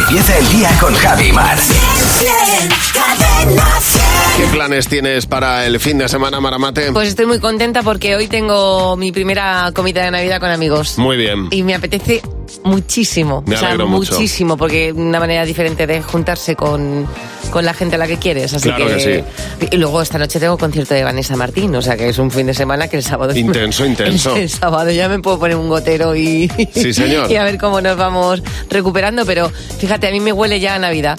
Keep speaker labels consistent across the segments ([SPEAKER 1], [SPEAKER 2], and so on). [SPEAKER 1] Empieza el día con Javi Mar.
[SPEAKER 2] ¿Qué planes tienes para el fin de semana, Maramate?
[SPEAKER 3] Pues estoy muy contenta porque hoy tengo mi primera comida de Navidad con amigos.
[SPEAKER 2] Muy bien.
[SPEAKER 3] Y me apetece muchísimo.
[SPEAKER 2] Me
[SPEAKER 3] o sea,
[SPEAKER 2] alegro mucho.
[SPEAKER 3] muchísimo, porque una manera diferente de juntarse con, con la gente a la que quieres. Así
[SPEAKER 2] Claro que
[SPEAKER 3] Y luego esta noche tengo concierto de Vanessa Martín, o sea que es un fin de semana que el sábado.
[SPEAKER 2] Intenso, intenso.
[SPEAKER 3] El sábado ya me puedo poner un gotero y.
[SPEAKER 2] Sí, señor.
[SPEAKER 3] Y a ver cómo nos vamos recuperando, pero fíjate, a mí me huele ya a Navidad.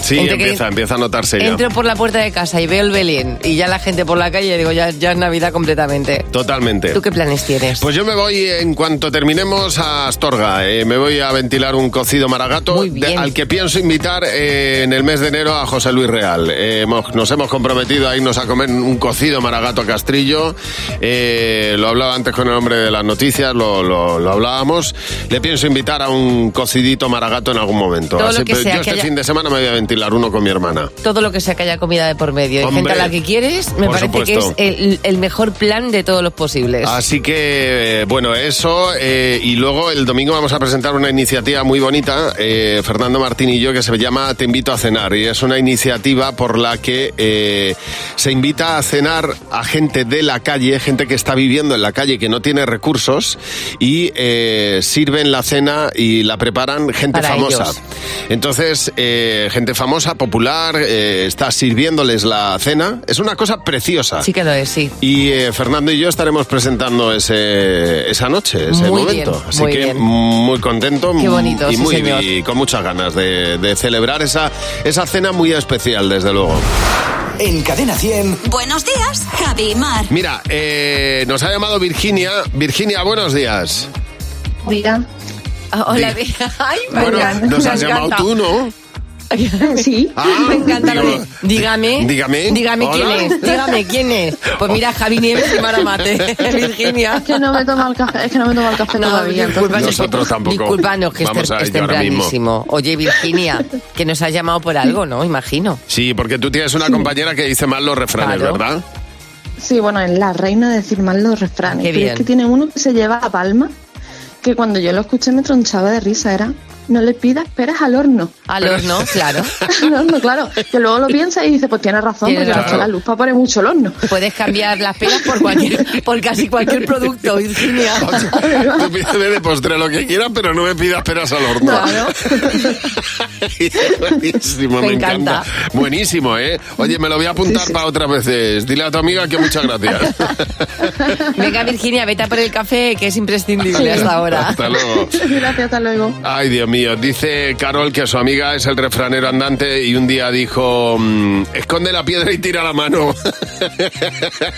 [SPEAKER 2] Sí,
[SPEAKER 3] Entre que
[SPEAKER 2] empieza, empieza a notarse ya.
[SPEAKER 3] Entro por la puerta de casa y veo el Belén y ya la gente por la calle digo, ya, ya es Navidad completamente.
[SPEAKER 2] Totalmente.
[SPEAKER 3] ¿Tú qué planes tienes?
[SPEAKER 2] Pues yo me voy en cuanto terminemos a Astorga. eh, me voy a ventilar un cocido maragato de- al que pienso invitar eh, en el mes de enero a José Luis Real. Eh, hemos- nos hemos comprometido a irnos a comer un cocido maragato a Castrillo. Eh, lo hablaba antes con el hombre de las noticias, lo, lo- lo hablábamos. Le pienso invitar a un cocidito maragato en algún momento.
[SPEAKER 3] Todo lo que
[SPEAKER 2] pero
[SPEAKER 3] sea
[SPEAKER 2] yo
[SPEAKER 3] que
[SPEAKER 2] este
[SPEAKER 3] haya-
[SPEAKER 2] fin de semana me voy a ventilar uno con mi hermana.
[SPEAKER 3] Todo lo que sea que haya comida de por medio y
[SPEAKER 2] Hombre,
[SPEAKER 3] gente a la que quieres, me
[SPEAKER 2] por
[SPEAKER 3] parece
[SPEAKER 2] supuesto. Ah,
[SPEAKER 3] que es el, el mejor plan de todos los posibles.
[SPEAKER 2] Así que, eh, bueno, eso. eh, y luego el domingo vamos a presentar una iniciativa muy bonita, eh, Fernando Martín y yo, que se llama Te invito a cenar. Y es una iniciativa por la que eh, se invita a cenar a gente de la calle, gente que está viviendo en la calle, que no tiene recursos, y eh, sirven la cena y la preparan gente
[SPEAKER 4] Para
[SPEAKER 2] famosa.
[SPEAKER 4] ellos.
[SPEAKER 2] Entonces, eh, gente famosa, popular, eh, está sirviéndoles la cena. Es una cosa preciosa.
[SPEAKER 3] Sí que lo es, sí.
[SPEAKER 2] Y eh, Fernando y yo estaremos presentando ese, esa noche, ese
[SPEAKER 3] Muy
[SPEAKER 2] momento.
[SPEAKER 3] bien,
[SPEAKER 2] Así
[SPEAKER 3] muy
[SPEAKER 2] que
[SPEAKER 3] bien.
[SPEAKER 2] muy contento mm,
[SPEAKER 3] Qué bonito,
[SPEAKER 2] y
[SPEAKER 3] sí,
[SPEAKER 2] muy
[SPEAKER 3] señor.
[SPEAKER 2] y con muchas ganas de, de celebrar esa, esa cena muy especial, desde luego.
[SPEAKER 1] En Cadena 100.
[SPEAKER 5] Buenos días, Javi y Mar.
[SPEAKER 2] Mira, eh, nos ha llamado Virginia. Virginia, buenos días.
[SPEAKER 6] Mira.
[SPEAKER 3] Ah, Hola,
[SPEAKER 2] Di-
[SPEAKER 3] Di- Ay, me
[SPEAKER 2] Bueno,
[SPEAKER 3] encanta.
[SPEAKER 2] nos has
[SPEAKER 3] Me
[SPEAKER 2] llamado
[SPEAKER 3] encanta.
[SPEAKER 2] tú, ¿no?
[SPEAKER 6] Sí.
[SPEAKER 3] me encanta lo de, dígame,
[SPEAKER 2] dígame,
[SPEAKER 3] dígame quién
[SPEAKER 2] hola.
[SPEAKER 3] es, dígame quién es. Pues mira, Javi Nieves y Mara Mate, Virginia.
[SPEAKER 6] Es que no me toma el café, es que no me toma el café todavía.
[SPEAKER 3] disculpa,
[SPEAKER 6] entonces-
[SPEAKER 2] Nosotros tampoco.
[SPEAKER 3] Disculpanos que es
[SPEAKER 2] Vamos
[SPEAKER 3] tem-
[SPEAKER 2] a
[SPEAKER 3] es
[SPEAKER 2] ello ahora mismo.
[SPEAKER 3] tempranísimo. Oye, Virginia, que nos has llamado por algo, ¿no? Imagino.
[SPEAKER 2] Sí, porque tú tienes una compañera que dice mal los refranes,
[SPEAKER 3] Claro.
[SPEAKER 2] ¿verdad?
[SPEAKER 6] Sí, bueno, es la reina de decir mal los refranes.
[SPEAKER 2] Qué
[SPEAKER 6] pero
[SPEAKER 2] bien.
[SPEAKER 6] es que tiene uno que se lleva a palma, que cuando yo lo escuché me tronchaba de risa, era no le pidas peras al horno.
[SPEAKER 3] Al horno, claro.
[SPEAKER 6] al horno, claro. Que luego lo piensa y dice, pues tiene razón,
[SPEAKER 3] Tiene
[SPEAKER 6] porque
[SPEAKER 3] razón.
[SPEAKER 6] hasta la luz para poner mucho el horno.
[SPEAKER 3] Puedes cambiar las peras por cualquier, por casi cualquier producto, Virginia.
[SPEAKER 2] Tú pídeme de postre lo que quieras, pero no me pidas peras al horno. Buenísimo, me,
[SPEAKER 3] Me
[SPEAKER 2] encanta.
[SPEAKER 3] encanta.
[SPEAKER 2] Buenísimo, ¿eh? Oye, me lo voy a apuntar para otras veces. Dile a tu amiga que muchas gracias.
[SPEAKER 3] Venga, Virginia, vete a por el café, que es imprescindible hasta ahora.
[SPEAKER 2] Hasta luego.
[SPEAKER 6] Gracias, hasta luego.
[SPEAKER 2] Ay, Dios mío. Dice Carol que su amiga es el refranero andante y un día dijo, mm, esconde la piedra y tira la mano.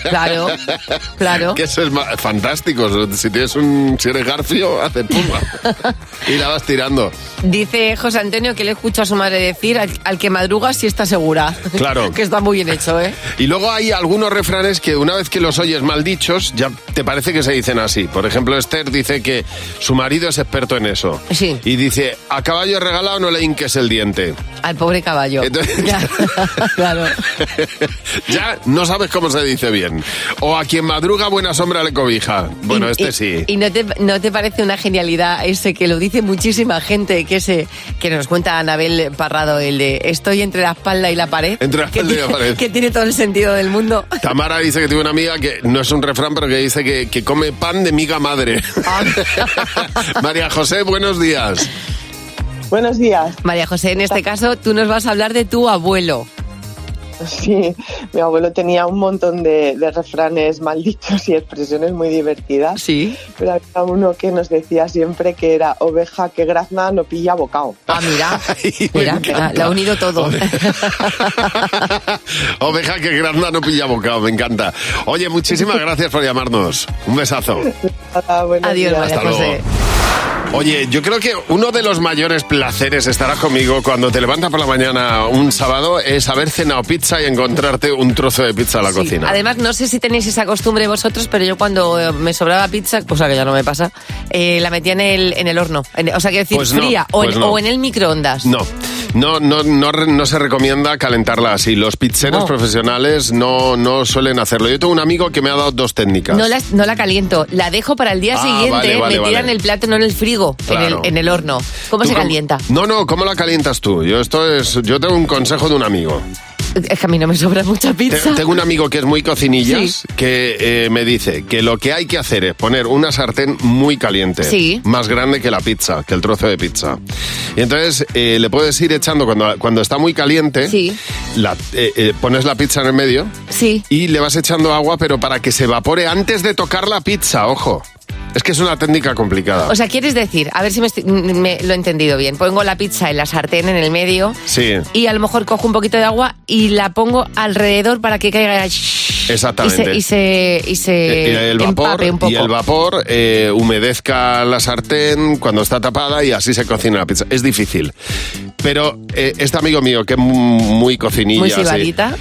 [SPEAKER 3] Claro, claro.
[SPEAKER 2] Que eso es ma- fantástico. Si tienes un... Si eres garfio, hace puma. y la vas tirando.
[SPEAKER 3] Dice José Antonio que le escucho a su madre decir al, al que madruga si está segura.
[SPEAKER 2] Claro.
[SPEAKER 3] que está muy bien hecho, ¿eh?
[SPEAKER 2] Y luego hay algunos refranes que una vez que los oyes mal dichos, ya te parece que se dicen así. Por ejemplo, Esther dice que su marido es experto en eso.
[SPEAKER 3] Sí.
[SPEAKER 2] Y dice, a caballo regalado no le hinques el diente.
[SPEAKER 3] Al pobre caballo. Ya, claro.
[SPEAKER 2] ya no sabes cómo se dice bien. O a quien madruga buena sombra le cobija. Bueno, este
[SPEAKER 3] y,
[SPEAKER 2] sí.
[SPEAKER 3] ¿Y no te, no te parece una genialidad ese que lo dice muchísima gente, que ese que nos cuenta Anabel Parrado, el de estoy entre la espalda y la pared?
[SPEAKER 2] Entre las
[SPEAKER 3] que,
[SPEAKER 2] palmas y la
[SPEAKER 3] tiene-
[SPEAKER 2] pared.
[SPEAKER 3] que tiene todo el sentido del mundo.
[SPEAKER 2] Tamara dice que tiene una amiga que no es un refrán, pero que dice que, que come pan de miga madre.
[SPEAKER 3] Ah.
[SPEAKER 2] María José, buenos días.
[SPEAKER 7] Buenos días.
[SPEAKER 3] María José, en este caso tú nos vas a hablar de tu abuelo.
[SPEAKER 7] Sí, mi abuelo tenía un montón de, de refranes malditos y expresiones muy divertidas.
[SPEAKER 3] Ah, Sí.
[SPEAKER 7] Pero había uno que nos decía siempre que era oveja que grazna no pilla bocado.
[SPEAKER 3] Ah, mira.
[SPEAKER 2] Mira,
[SPEAKER 3] la- la ha unido todo.
[SPEAKER 2] Oveja que granda no pilla bocado, me encanta. Oye, muchísimas gracias por llamarnos. Un besazo.
[SPEAKER 7] Nada, Ah, buenos
[SPEAKER 3] Adiós,
[SPEAKER 7] días.
[SPEAKER 3] María José.
[SPEAKER 2] Oye, yo creo que uno de los mayores placeres estarás conmigo cuando te levantas por la mañana un sábado es haber cenado pizza y encontrarte un trozo de pizza a la cocina.
[SPEAKER 3] Además, no sé si tenéis esa costumbre vosotros, pero yo cuando eh, me sobraba pizza, cosa que ya no me pasa, eh, la metía en el, en el horno. En- o sea, quiero decir,
[SPEAKER 2] Pues no,
[SPEAKER 3] fría o,
[SPEAKER 2] pues
[SPEAKER 3] en,
[SPEAKER 2] no.
[SPEAKER 3] o en el microondas.
[SPEAKER 2] No. No, no, no, re- no se recomienda calentarla así. Los pizzeros profesionales no, no suelen hacerlo. Yo tengo un amigo que me ha dado dos técnicas.
[SPEAKER 3] No la, no la caliento, la dejo para el día
[SPEAKER 2] Ah,
[SPEAKER 3] siguiente,
[SPEAKER 2] vale, vale,
[SPEAKER 3] metida en
[SPEAKER 2] vale.
[SPEAKER 3] el plato, no en el frigo, en,
[SPEAKER 2] Claro.
[SPEAKER 3] el, en el horno. ¿Cómo
[SPEAKER 2] ¿Tú
[SPEAKER 3] se calienta?
[SPEAKER 2] No, no, ¿cómo la calientas tú? Yo esto es, yo tengo un consejo de un amigo.
[SPEAKER 3] Es que a mí no me sobra mucha
[SPEAKER 2] Te-
[SPEAKER 3] pizza.
[SPEAKER 2] Tengo un amigo que es muy cocinillas
[SPEAKER 3] Sí.
[SPEAKER 2] que eh, me dice que lo que hay que hacer es poner una sartén muy caliente,
[SPEAKER 3] Sí.
[SPEAKER 2] más grande que la pizza, que el trozo de pizza. Y entonces eh, le puedes ir echando cuando, cuando está muy caliente,
[SPEAKER 3] Sí.
[SPEAKER 2] la- eh, eh, pones la pizza en el medio
[SPEAKER 3] Sí.
[SPEAKER 2] y le vas echando agua, pero para que se evapore antes de tocar la pizza, ojo. Es que es una técnica complicada.
[SPEAKER 3] O sea, quieres decir, a ver si me, estoy- me- lo he entendido bien. Pongo la pizza en la sartén en el medio
[SPEAKER 2] sí.
[SPEAKER 3] y a lo mejor cojo un poquito de agua y la pongo alrededor para que caiga
[SPEAKER 2] Exactamente.
[SPEAKER 3] y se, y se, y se
[SPEAKER 2] Eh, el vapor
[SPEAKER 3] empape un poco.
[SPEAKER 2] y el vapor eh, humedezca la sartén cuando está tapada y así se cocina la pizza. Es difícil. Pero eh, este amigo mío que es mu- muy cocinilla,
[SPEAKER 3] Muy
[SPEAKER 2] sí,
[SPEAKER 3] sibarita.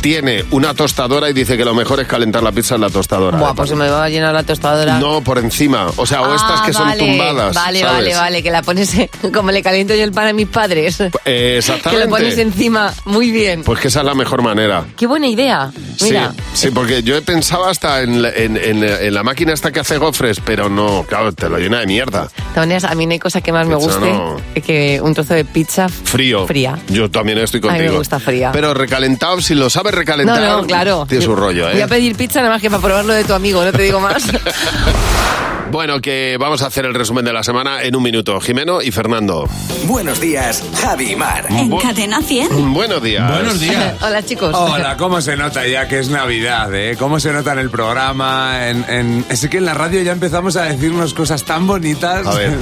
[SPEAKER 2] tiene una tostadora y dice que lo mejor es calentar la pizza en la tostadora. ¿eh?
[SPEAKER 3] Buah, pues se me va a llenar la tostadora.
[SPEAKER 2] no por encima, o sea, o estas
[SPEAKER 3] Ah,
[SPEAKER 2] que son
[SPEAKER 3] vale,
[SPEAKER 2] tumbadas.
[SPEAKER 3] Vale,
[SPEAKER 2] ¿sabes?
[SPEAKER 3] vale, vale, que la pones como le caliento yo el pan a mis padres.
[SPEAKER 2] Eh,
[SPEAKER 3] Que
[SPEAKER 2] exactamente.
[SPEAKER 3] lo pones encima, muy bien.
[SPEAKER 2] Pues que esa es la mejor manera.
[SPEAKER 3] Qué buena idea. Mira,
[SPEAKER 2] Sí, sí, porque yo he pensado hasta en la, en- en- en la máquina esta que hace gofres, pero no, claro, te lo llena de mierda.
[SPEAKER 3] de todas maneras, a mí no hay cosa que más me
[SPEAKER 2] Pizza
[SPEAKER 3] guste
[SPEAKER 2] no.
[SPEAKER 3] que un trozo de pizza
[SPEAKER 2] Frío.
[SPEAKER 3] fría.
[SPEAKER 2] Yo también estoy
[SPEAKER 3] A mí
[SPEAKER 2] contigo.
[SPEAKER 3] me gusta fría.
[SPEAKER 2] Pero recalentado, si lo sabes
[SPEAKER 3] No,
[SPEAKER 2] recalentar,
[SPEAKER 3] no, claro.
[SPEAKER 2] tiene su rollo,
[SPEAKER 3] Voy
[SPEAKER 2] ¿eh?
[SPEAKER 3] a pedir pizza nada más que para probarlo de tu amigo, no te digo más.
[SPEAKER 2] Bueno, que vamos a hacer el resumen de la semana en un minuto. Jimeno y Fernando.
[SPEAKER 1] Buenos días, Javi y Mar.
[SPEAKER 5] En
[SPEAKER 2] Bu-
[SPEAKER 5] Cadena 100.
[SPEAKER 2] Buenos días.
[SPEAKER 4] Buenos días.
[SPEAKER 3] Hola, chicos.
[SPEAKER 4] Hola, ¿cómo se nota ya que es Navidad? ¿eh? ¿Cómo se nota en el programa? En, en- Es que en la radio ya empezamos a decirnos cosas tan bonitas.
[SPEAKER 2] A ver.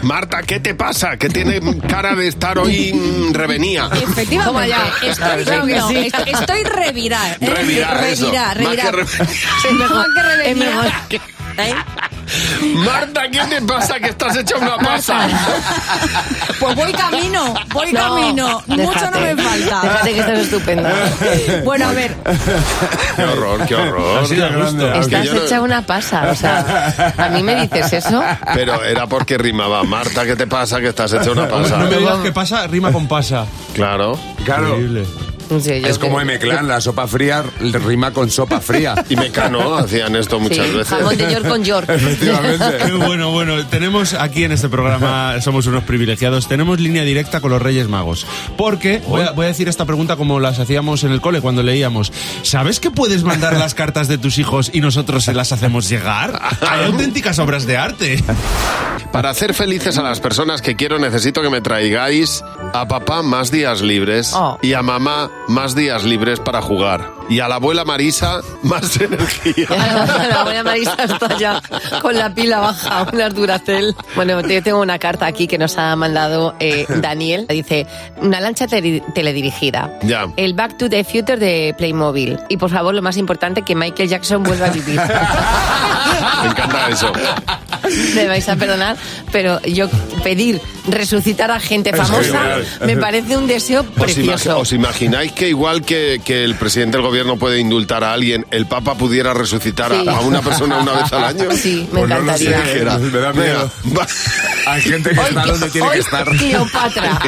[SPEAKER 2] Marta, ¿qué te pasa? Que tiene cara de estar hoy mm, revenía.
[SPEAKER 3] Toma
[SPEAKER 5] Efectivamente.
[SPEAKER 3] ya.
[SPEAKER 5] Estoy,
[SPEAKER 3] Claro que
[SPEAKER 5] no,
[SPEAKER 3] sí.
[SPEAKER 5] est- estoy revirada. ¿eh?
[SPEAKER 2] Revirar, eso.
[SPEAKER 5] Revirada,
[SPEAKER 2] Más que
[SPEAKER 5] revirada.
[SPEAKER 2] revenir.
[SPEAKER 5] Es mejor que
[SPEAKER 3] Es
[SPEAKER 5] revenir.
[SPEAKER 3] mejor.
[SPEAKER 5] ¿Eh?
[SPEAKER 2] Marta, ¿qué te pasa? Que estás hecha una pasa.
[SPEAKER 5] Pues voy camino, voy
[SPEAKER 3] No,
[SPEAKER 5] camino. Mucho no
[SPEAKER 3] déjate.
[SPEAKER 5] me falta.
[SPEAKER 3] Déjate que estás estupenda.
[SPEAKER 5] Bueno, a ver,
[SPEAKER 2] Qué horror, qué horror.
[SPEAKER 4] Ha sido grande,
[SPEAKER 2] Aunque
[SPEAKER 4] Estás
[SPEAKER 2] yo
[SPEAKER 3] Estás
[SPEAKER 2] no-
[SPEAKER 3] hecha una pasa, o sea, a mí me dices eso.
[SPEAKER 2] Pero era porque rimaba. Marta, ¿qué te pasa? Que estás hecha una pasa.
[SPEAKER 8] No me digas que pasa, rima con pasa.
[SPEAKER 2] Claro.
[SPEAKER 4] Claro.
[SPEAKER 8] Increíble.
[SPEAKER 3] No sé, yo
[SPEAKER 4] Es como
[SPEAKER 3] creo-
[SPEAKER 4] M-Clan, la sopa fría rima con sopa fría.
[SPEAKER 2] Y Mecano hacían esto muchas
[SPEAKER 3] Sí,
[SPEAKER 2] veces.
[SPEAKER 3] jamón de York con York.
[SPEAKER 8] Qué Eh, bueno, bueno. Tenemos aquí en este programa, somos unos privilegiados, tenemos línea directa con los Reyes Magos. Porque, voy a, voy a decir esta pregunta como las hacíamos en el cole cuando leíamos. ¿Sabes que puedes mandar las cartas de tus hijos y nosotros se las hacemos llegar? Hay auténticas obras de arte.
[SPEAKER 2] Para hacer felices a las personas que quiero, necesito que me traigáis a papá más días libres
[SPEAKER 3] Oh.
[SPEAKER 2] y a mamá más días libres para jugar. Y a la abuela Marisa más energía.
[SPEAKER 3] La buena Marisa está ya con la pila baja, unas Duracel. Bueno, yo tengo una carta aquí que nos ha mandado eh, Daniel. Dice, una lancha tele- teledirigida.
[SPEAKER 2] Ya.
[SPEAKER 3] El Back to the Future de Playmobil. Y por favor, lo más importante, que Michael Jackson vuelva a vivir.
[SPEAKER 2] Me encanta eso.
[SPEAKER 3] Me vais a perdonar, pero yo pedir resucitar a gente famosa
[SPEAKER 4] genial.
[SPEAKER 3] me parece un deseo
[SPEAKER 2] ¿Os, imagi-
[SPEAKER 3] precioso.
[SPEAKER 2] os imagináis que igual que, que el presidente del gobierno puede indultar a alguien, el Papa pudiera resucitar a-
[SPEAKER 3] Sí.
[SPEAKER 2] a, una persona una vez al año?
[SPEAKER 3] Sí, me
[SPEAKER 4] Pues no lo sé,
[SPEAKER 3] encantaría.
[SPEAKER 4] dijera. Me da miedo.
[SPEAKER 2] Mira, va-
[SPEAKER 4] Hay gente que
[SPEAKER 3] Hoy
[SPEAKER 4] está
[SPEAKER 3] que-
[SPEAKER 4] donde tiene
[SPEAKER 3] hoy
[SPEAKER 4] que estar.
[SPEAKER 3] Cleopatra.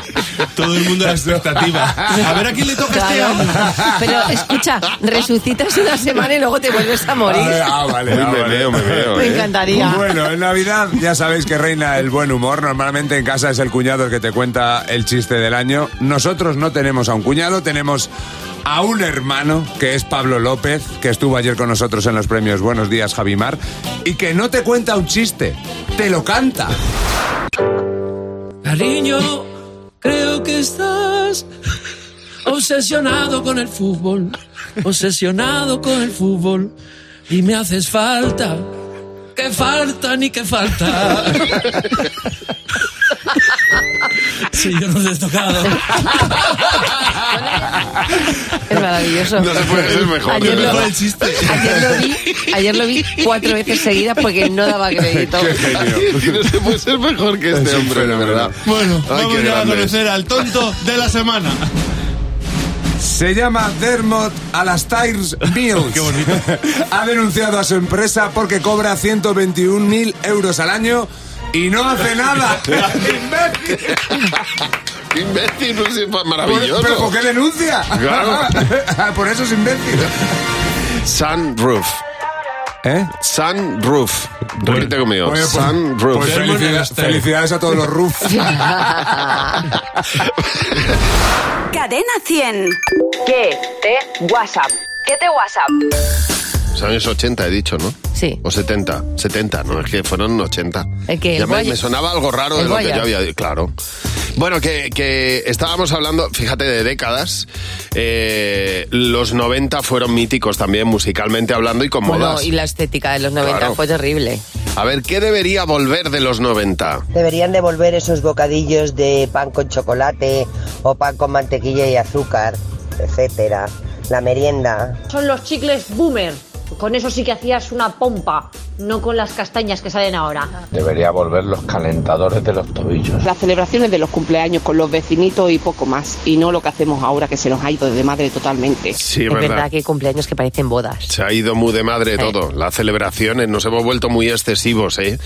[SPEAKER 8] Todo el mundo a la expectativa. A ver a quién le toca este
[SPEAKER 3] Claro.
[SPEAKER 8] año.
[SPEAKER 3] Pero escucha, resucitas una semana y luego te vuelves a
[SPEAKER 4] Ah,
[SPEAKER 3] morir.
[SPEAKER 4] vale, ah, vale,
[SPEAKER 2] Uy,
[SPEAKER 4] ah,
[SPEAKER 2] me
[SPEAKER 4] vale.
[SPEAKER 2] veo, me veo,
[SPEAKER 3] Me
[SPEAKER 2] ¿eh?
[SPEAKER 3] encantaría.
[SPEAKER 4] Bueno, en Navidad ya sabéis que reina el buen humor. Normalmente en casa es el cuñado el que te cuenta el chiste del año. Nosotros no tenemos a un cuñado, tenemos a un hermano que es Pablo López, que estuvo ayer con nosotros en los premios Buenos Días Javimar, y que no te cuenta un chiste, te lo canta.
[SPEAKER 9] Cariño, creo que estás obsesionado con el fútbol, obsesionado con el fútbol y me haces falta. Que falta ni que falta. Si yo no te he tocado.
[SPEAKER 3] Es maravilloso.
[SPEAKER 2] No se
[SPEAKER 4] pues,
[SPEAKER 2] puede ser mejor.
[SPEAKER 3] Ayer
[SPEAKER 2] de
[SPEAKER 3] lo,
[SPEAKER 2] verdad.
[SPEAKER 3] ayer lo vi, ayer lo vi cuatro veces seguidas porque no daba crédito.
[SPEAKER 4] Qué genio.
[SPEAKER 2] No se puede ser mejor que este
[SPEAKER 4] Es un
[SPEAKER 2] hombre, de
[SPEAKER 4] fenómeno.
[SPEAKER 2] verdad.
[SPEAKER 8] Bueno,
[SPEAKER 2] Ay,
[SPEAKER 8] vamos
[SPEAKER 2] qué
[SPEAKER 8] ya a
[SPEAKER 2] grande es.
[SPEAKER 8] conocer al tonto de la semana.
[SPEAKER 4] Se llama Dermot Alastair Mills. ha denunciado a su empresa porque cobra 121.000 euros al año y no hace nada. ¡Imbécil!
[SPEAKER 2] Qué imbécil, pues, es maravilloso.
[SPEAKER 4] ¿Pero por qué denuncia?
[SPEAKER 2] Claro.
[SPEAKER 4] por eso es imbécil.
[SPEAKER 2] Sunroof.
[SPEAKER 4] ¿Eh?
[SPEAKER 2] Sunroof. Repite conmigo.
[SPEAKER 4] Bueno, pues-
[SPEAKER 2] Sunroof.
[SPEAKER 4] pues felicidad- felicidades a todos los Ruf.
[SPEAKER 10] Cadena 100. ¿Qué te WhatsApp? ¿Qué te WhatsApp?
[SPEAKER 2] Los años 80 he dicho, ¿no?
[SPEAKER 3] Sí.
[SPEAKER 2] O 70. 70, no, es que fueron 80.
[SPEAKER 3] ¿El qué? ¿El
[SPEAKER 2] Ya me,
[SPEAKER 3] Voyager?
[SPEAKER 2] me sonaba algo raro de
[SPEAKER 3] ¿El
[SPEAKER 2] lo que yo
[SPEAKER 3] Voyager?
[SPEAKER 2] había dicho, claro. Bueno, que, que estábamos hablando, fíjate, de décadas. Eh, los 90 fueron míticos también, musicalmente hablando y con
[SPEAKER 3] Bueno,
[SPEAKER 2] modas.
[SPEAKER 3] y la estética de los 90
[SPEAKER 2] Claro.
[SPEAKER 3] fue terrible.
[SPEAKER 2] A ver, ¿qué debería volver de los 90?
[SPEAKER 5] Deberían devolver esos bocadillos de pan con chocolate o pan con mantequilla y azúcar, etcétera. La merienda.
[SPEAKER 11] Son los chicles boomer. Con eso sí que hacías una pompa, no con las castañas que salen ahora.
[SPEAKER 6] Debería volver los calentadores de los tobillos.
[SPEAKER 12] Las celebraciones de los cumpleaños con los vecinitos y poco más. Y no lo que hacemos ahora que se nos ha ido de madre totalmente.
[SPEAKER 2] Sí,
[SPEAKER 3] es verdad. que hay cumpleaños que parecen bodas.
[SPEAKER 2] Se ha ido muy de madre
[SPEAKER 3] Eh.
[SPEAKER 2] todo. Las celebraciones, nos hemos vuelto muy excesivos, ¿eh?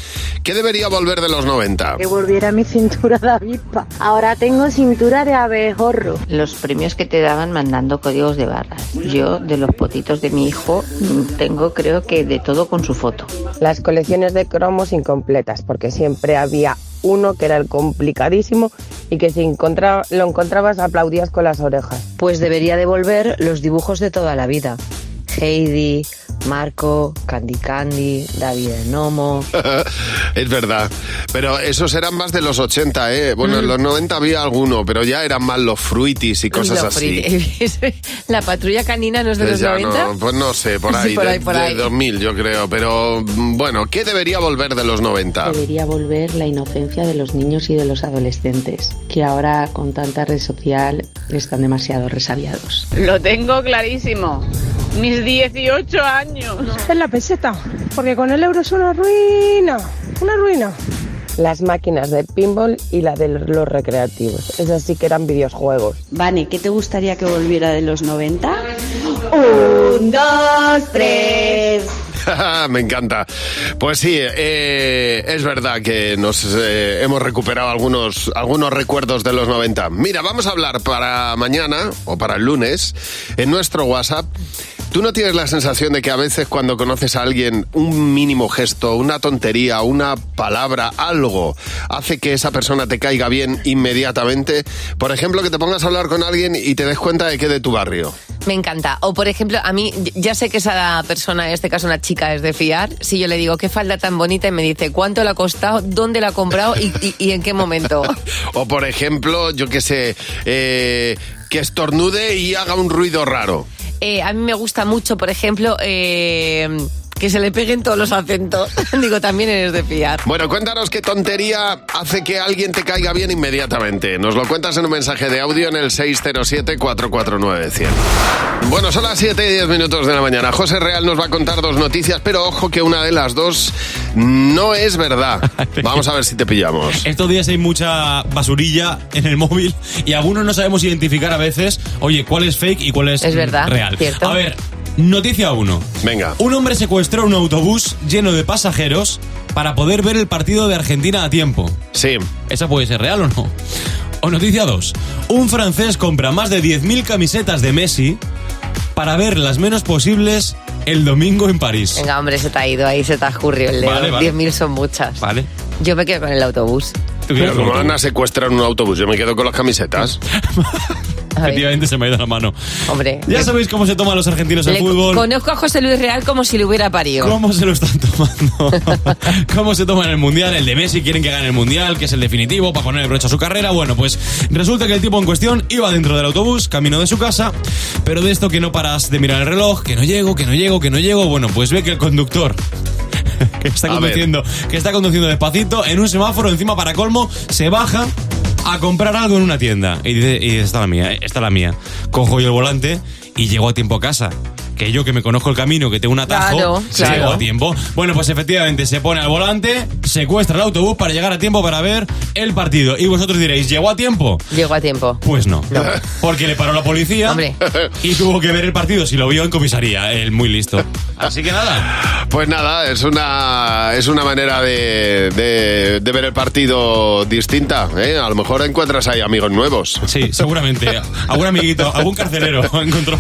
[SPEAKER 2] ¿Qué debería volver de los 90?
[SPEAKER 13] Que volviera mi cintura de avispa. Ahora tengo cintura de abejorro.
[SPEAKER 14] Los premios que te daban mandando códigos de barras. Yo, de los potitos de mi hijo, mm, tengo creo que de todo con su foto.
[SPEAKER 5] Las colecciones de cromos incompletas, porque siempre había uno que era el complicadísimo y que si encontra- lo encontrabas aplaudías con las orejas.
[SPEAKER 10] Pues debería devolver los dibujos de toda la vida. Heidi, Marco, Candy Candy, David el Nomo.
[SPEAKER 2] es verdad. Pero esos eran más de los 80, ¿eh? Bueno, en los 90 había alguno, pero ya eran más los fruitis y cosas
[SPEAKER 3] Lo
[SPEAKER 2] así.
[SPEAKER 3] frit- la patrulla canina no es de los
[SPEAKER 2] Ya
[SPEAKER 3] 90.
[SPEAKER 2] no, pues no sé, por ahí,
[SPEAKER 3] Sí, por
[SPEAKER 2] de-
[SPEAKER 3] ahí, por
[SPEAKER 2] de
[SPEAKER 3] ahí.
[SPEAKER 2] 2000 yo creo. Pero mm, bueno, ¿qué debería volver de los 90?
[SPEAKER 15] Debería volver la inocencia de los niños y de los adolescentes, que ahora con tanta red social están demasiado resabiados.
[SPEAKER 16] Lo tengo clarísimo. Mis 18 años.
[SPEAKER 5] Es la peseta, porque con el euro es una ruina, una ruina. Las máquinas de pinball y la de los recreativos. Esas sí que eran videojuegos.
[SPEAKER 17] Vane, ¿qué te gustaría que volviera de los 90?
[SPEAKER 5] Un, dos, tres.
[SPEAKER 2] Me encanta. Pues sí, eh, es verdad que nos eh, hemos recuperado algunos, algunos recuerdos de los 90. Mira, vamos a hablar para mañana o para el lunes en nuestro WhatsApp. ¿Tú no tienes la sensación de que a veces cuando conoces a alguien un mínimo gesto, una tontería, una palabra, algo, hace que esa persona te caiga bien inmediatamente? Por ejemplo, que te pongas a hablar con alguien y te des cuenta de que de tu barrio.
[SPEAKER 3] Me encanta. O, por ejemplo, a mí, ya sé que esa persona, en este caso una chica, es de fiar. Si yo le digo, qué falda tan bonita, y me dice, cuánto le ha costado, dónde la ha comprado y, y- y en qué momento.
[SPEAKER 2] O por ejemplo, yo qué sé, eh, que estornude y haga un ruido raro.
[SPEAKER 3] Eh, a mí me gusta mucho, por ejemplo, eh, que se le peguen todos los acentos. digo, también eres de fiar.
[SPEAKER 2] Bueno, cuéntanos qué tontería hace que alguien te caiga bien inmediatamente. Nos lo cuentas en un mensaje de audio en el 607-449-100. Bueno, son las 7 y 10 minutos de la mañana. José Real nos va a contar dos noticias, pero ojo que una de las dos no es verdad. Vamos a ver si te pillamos.
[SPEAKER 18] Eh,
[SPEAKER 19] Estos días hay mucha basurilla en el móvil y algunos no sabemos identificar a veces, oye, cuál es fake y cuál es,
[SPEAKER 3] Es
[SPEAKER 19] mm,
[SPEAKER 3] verdad,
[SPEAKER 19] real.
[SPEAKER 3] cierto.
[SPEAKER 19] A ver, noticia 1.
[SPEAKER 2] Venga.
[SPEAKER 19] Un hombre secuestró un autobús lleno de pasajeros para poder ver el partido de Argentina a tiempo.
[SPEAKER 2] Sí.
[SPEAKER 19] ¿Esa puede ser real o no? O noticia 2. Un francés compra más de 10.000 camisetas de Messi para ver las menos posibles el domingo en París.
[SPEAKER 3] Venga, hombre, se te ha ido ahí, se te ha escurrido el dedo.
[SPEAKER 19] Vale, vale.
[SPEAKER 3] 10.000 son muchas.
[SPEAKER 19] Vale.
[SPEAKER 3] Yo me quedo con el autobús.
[SPEAKER 2] Pero como van a secuestrar un autobús, yo me quedo con las camisetas.
[SPEAKER 19] Efectivamente se me ha ido la mano.
[SPEAKER 3] Hombre.
[SPEAKER 19] Ya sabéis cómo se toman los argentinos el
[SPEAKER 3] Le-
[SPEAKER 19] fútbol.
[SPEAKER 3] Conozco a José Luis Real como si le hubiera parido.
[SPEAKER 19] ¿Cómo se lo están tomando? ¿Cómo se toman el mundial? El de Messi quieren que gane el mundial, que es el definitivo, para poner el broche a su carrera. Bueno, pues resulta que el tipo en cuestión iba dentro del autobús, camino de su casa, pero de esto que no paras de mirar el reloj, que no llego, que no llego, que no llego. Bueno, pues ve que el conductor. Que está,
[SPEAKER 2] A ver.
[SPEAKER 19] conduciendo, que está conduciendo despacito en un semáforo, encima para colmo, se baja a comprar algo en una tienda. Y dice, y dice, está la mía, eh, está la mía. Cojo yo el volante y llego a tiempo a casa. que yo que me conozco el camino, que tengo un atajo,
[SPEAKER 3] Claro,
[SPEAKER 19] llego
[SPEAKER 3] claro.
[SPEAKER 19] a tiempo. Bueno, pues efectivamente se pone al volante, secuestra el autobús para llegar a tiempo para ver el partido. Y vosotros diréis, ¿llegó a tiempo?
[SPEAKER 3] Llegó a tiempo.
[SPEAKER 19] Pues no. Porque le paró la policía y tuvo que ver el partido si lo vio en comisaría. El muy listo. Así que nada.
[SPEAKER 2] Pues nada, es una, es una manera de, de- de ver el partido distinta. ¿eh? A lo mejor encuentras ahí amigos nuevos.
[SPEAKER 19] Sí, seguramente. Algún amiguito, algún carcelero encontró.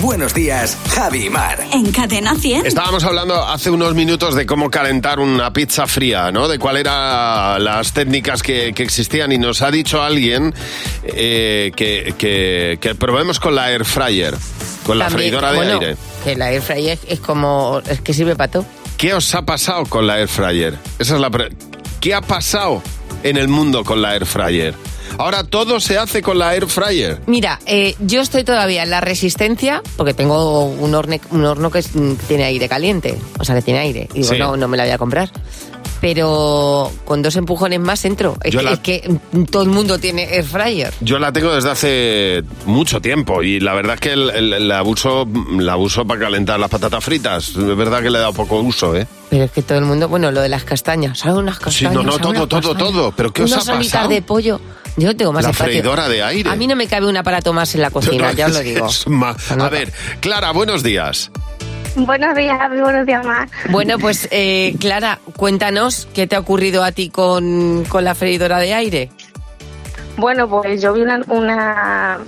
[SPEAKER 20] Buenos días, Javi y Mar.
[SPEAKER 10] En Cadena 100.
[SPEAKER 2] Estábamos hablando hace unos minutos de cómo calentar una pizza fría, ¿no? De cuáles eran las técnicas que, que existían y nos ha dicho alguien eh, que, que- que probemos con la air fryer, con la
[SPEAKER 3] También,
[SPEAKER 2] freidora de
[SPEAKER 3] bueno,
[SPEAKER 2] aire.
[SPEAKER 3] Que la air fryer es como. Es que sirve para todo.
[SPEAKER 2] ¿Qué os ha pasado con la air fryer? Esa es la pre- ¿Qué ha pasado en el mundo con la air fryer? Ahora todo se hace con la air fryer.
[SPEAKER 3] Mira, eh, yo estoy todavía en la resistencia porque tengo un, horne- un horno que es- mm, tiene aire caliente, o sea, que tiene aire. Y digo,
[SPEAKER 2] Sí.
[SPEAKER 3] no, no me la voy a comprar. Pero con dos empujones más entro. Es,
[SPEAKER 2] Yo
[SPEAKER 3] que,
[SPEAKER 2] la-
[SPEAKER 3] es que, mm, todo el mundo tiene air fryer.
[SPEAKER 2] Yo la tengo desde hace mucho tiempo y la verdad es que el- el- la uso, la uso para calentar las patatas fritas. Es verdad que le he dado poco uso, ¿eh?
[SPEAKER 3] Pero es que todo el mundo, bueno, lo de las castañas, ¿sabes? Unas
[SPEAKER 2] Sí,
[SPEAKER 3] castañas.
[SPEAKER 2] no, no,
[SPEAKER 3] ¿sabe
[SPEAKER 2] todo,
[SPEAKER 3] unas
[SPEAKER 2] todo,
[SPEAKER 3] castañas?
[SPEAKER 2] todo. ¿Pero qué os
[SPEAKER 3] Unas
[SPEAKER 2] ha
[SPEAKER 3] alitas
[SPEAKER 2] pasado?
[SPEAKER 3] de pollo. Yo no tengo más
[SPEAKER 2] La
[SPEAKER 3] espacio.
[SPEAKER 2] freidora de aire.
[SPEAKER 3] A mí no me cabe un aparato más en la cocina,
[SPEAKER 2] No,
[SPEAKER 3] ya os lo
[SPEAKER 2] es-
[SPEAKER 3] digo. Pues
[SPEAKER 2] es ma- A ver, Clara, buenos días.
[SPEAKER 21] Buenos días, Javi, buenos días, Mar.
[SPEAKER 3] Bueno, pues eh, Clara, cuéntanos qué te ha ocurrido a ti con, con la freidora de aire.
[SPEAKER 21] Bueno, pues yo vi una, una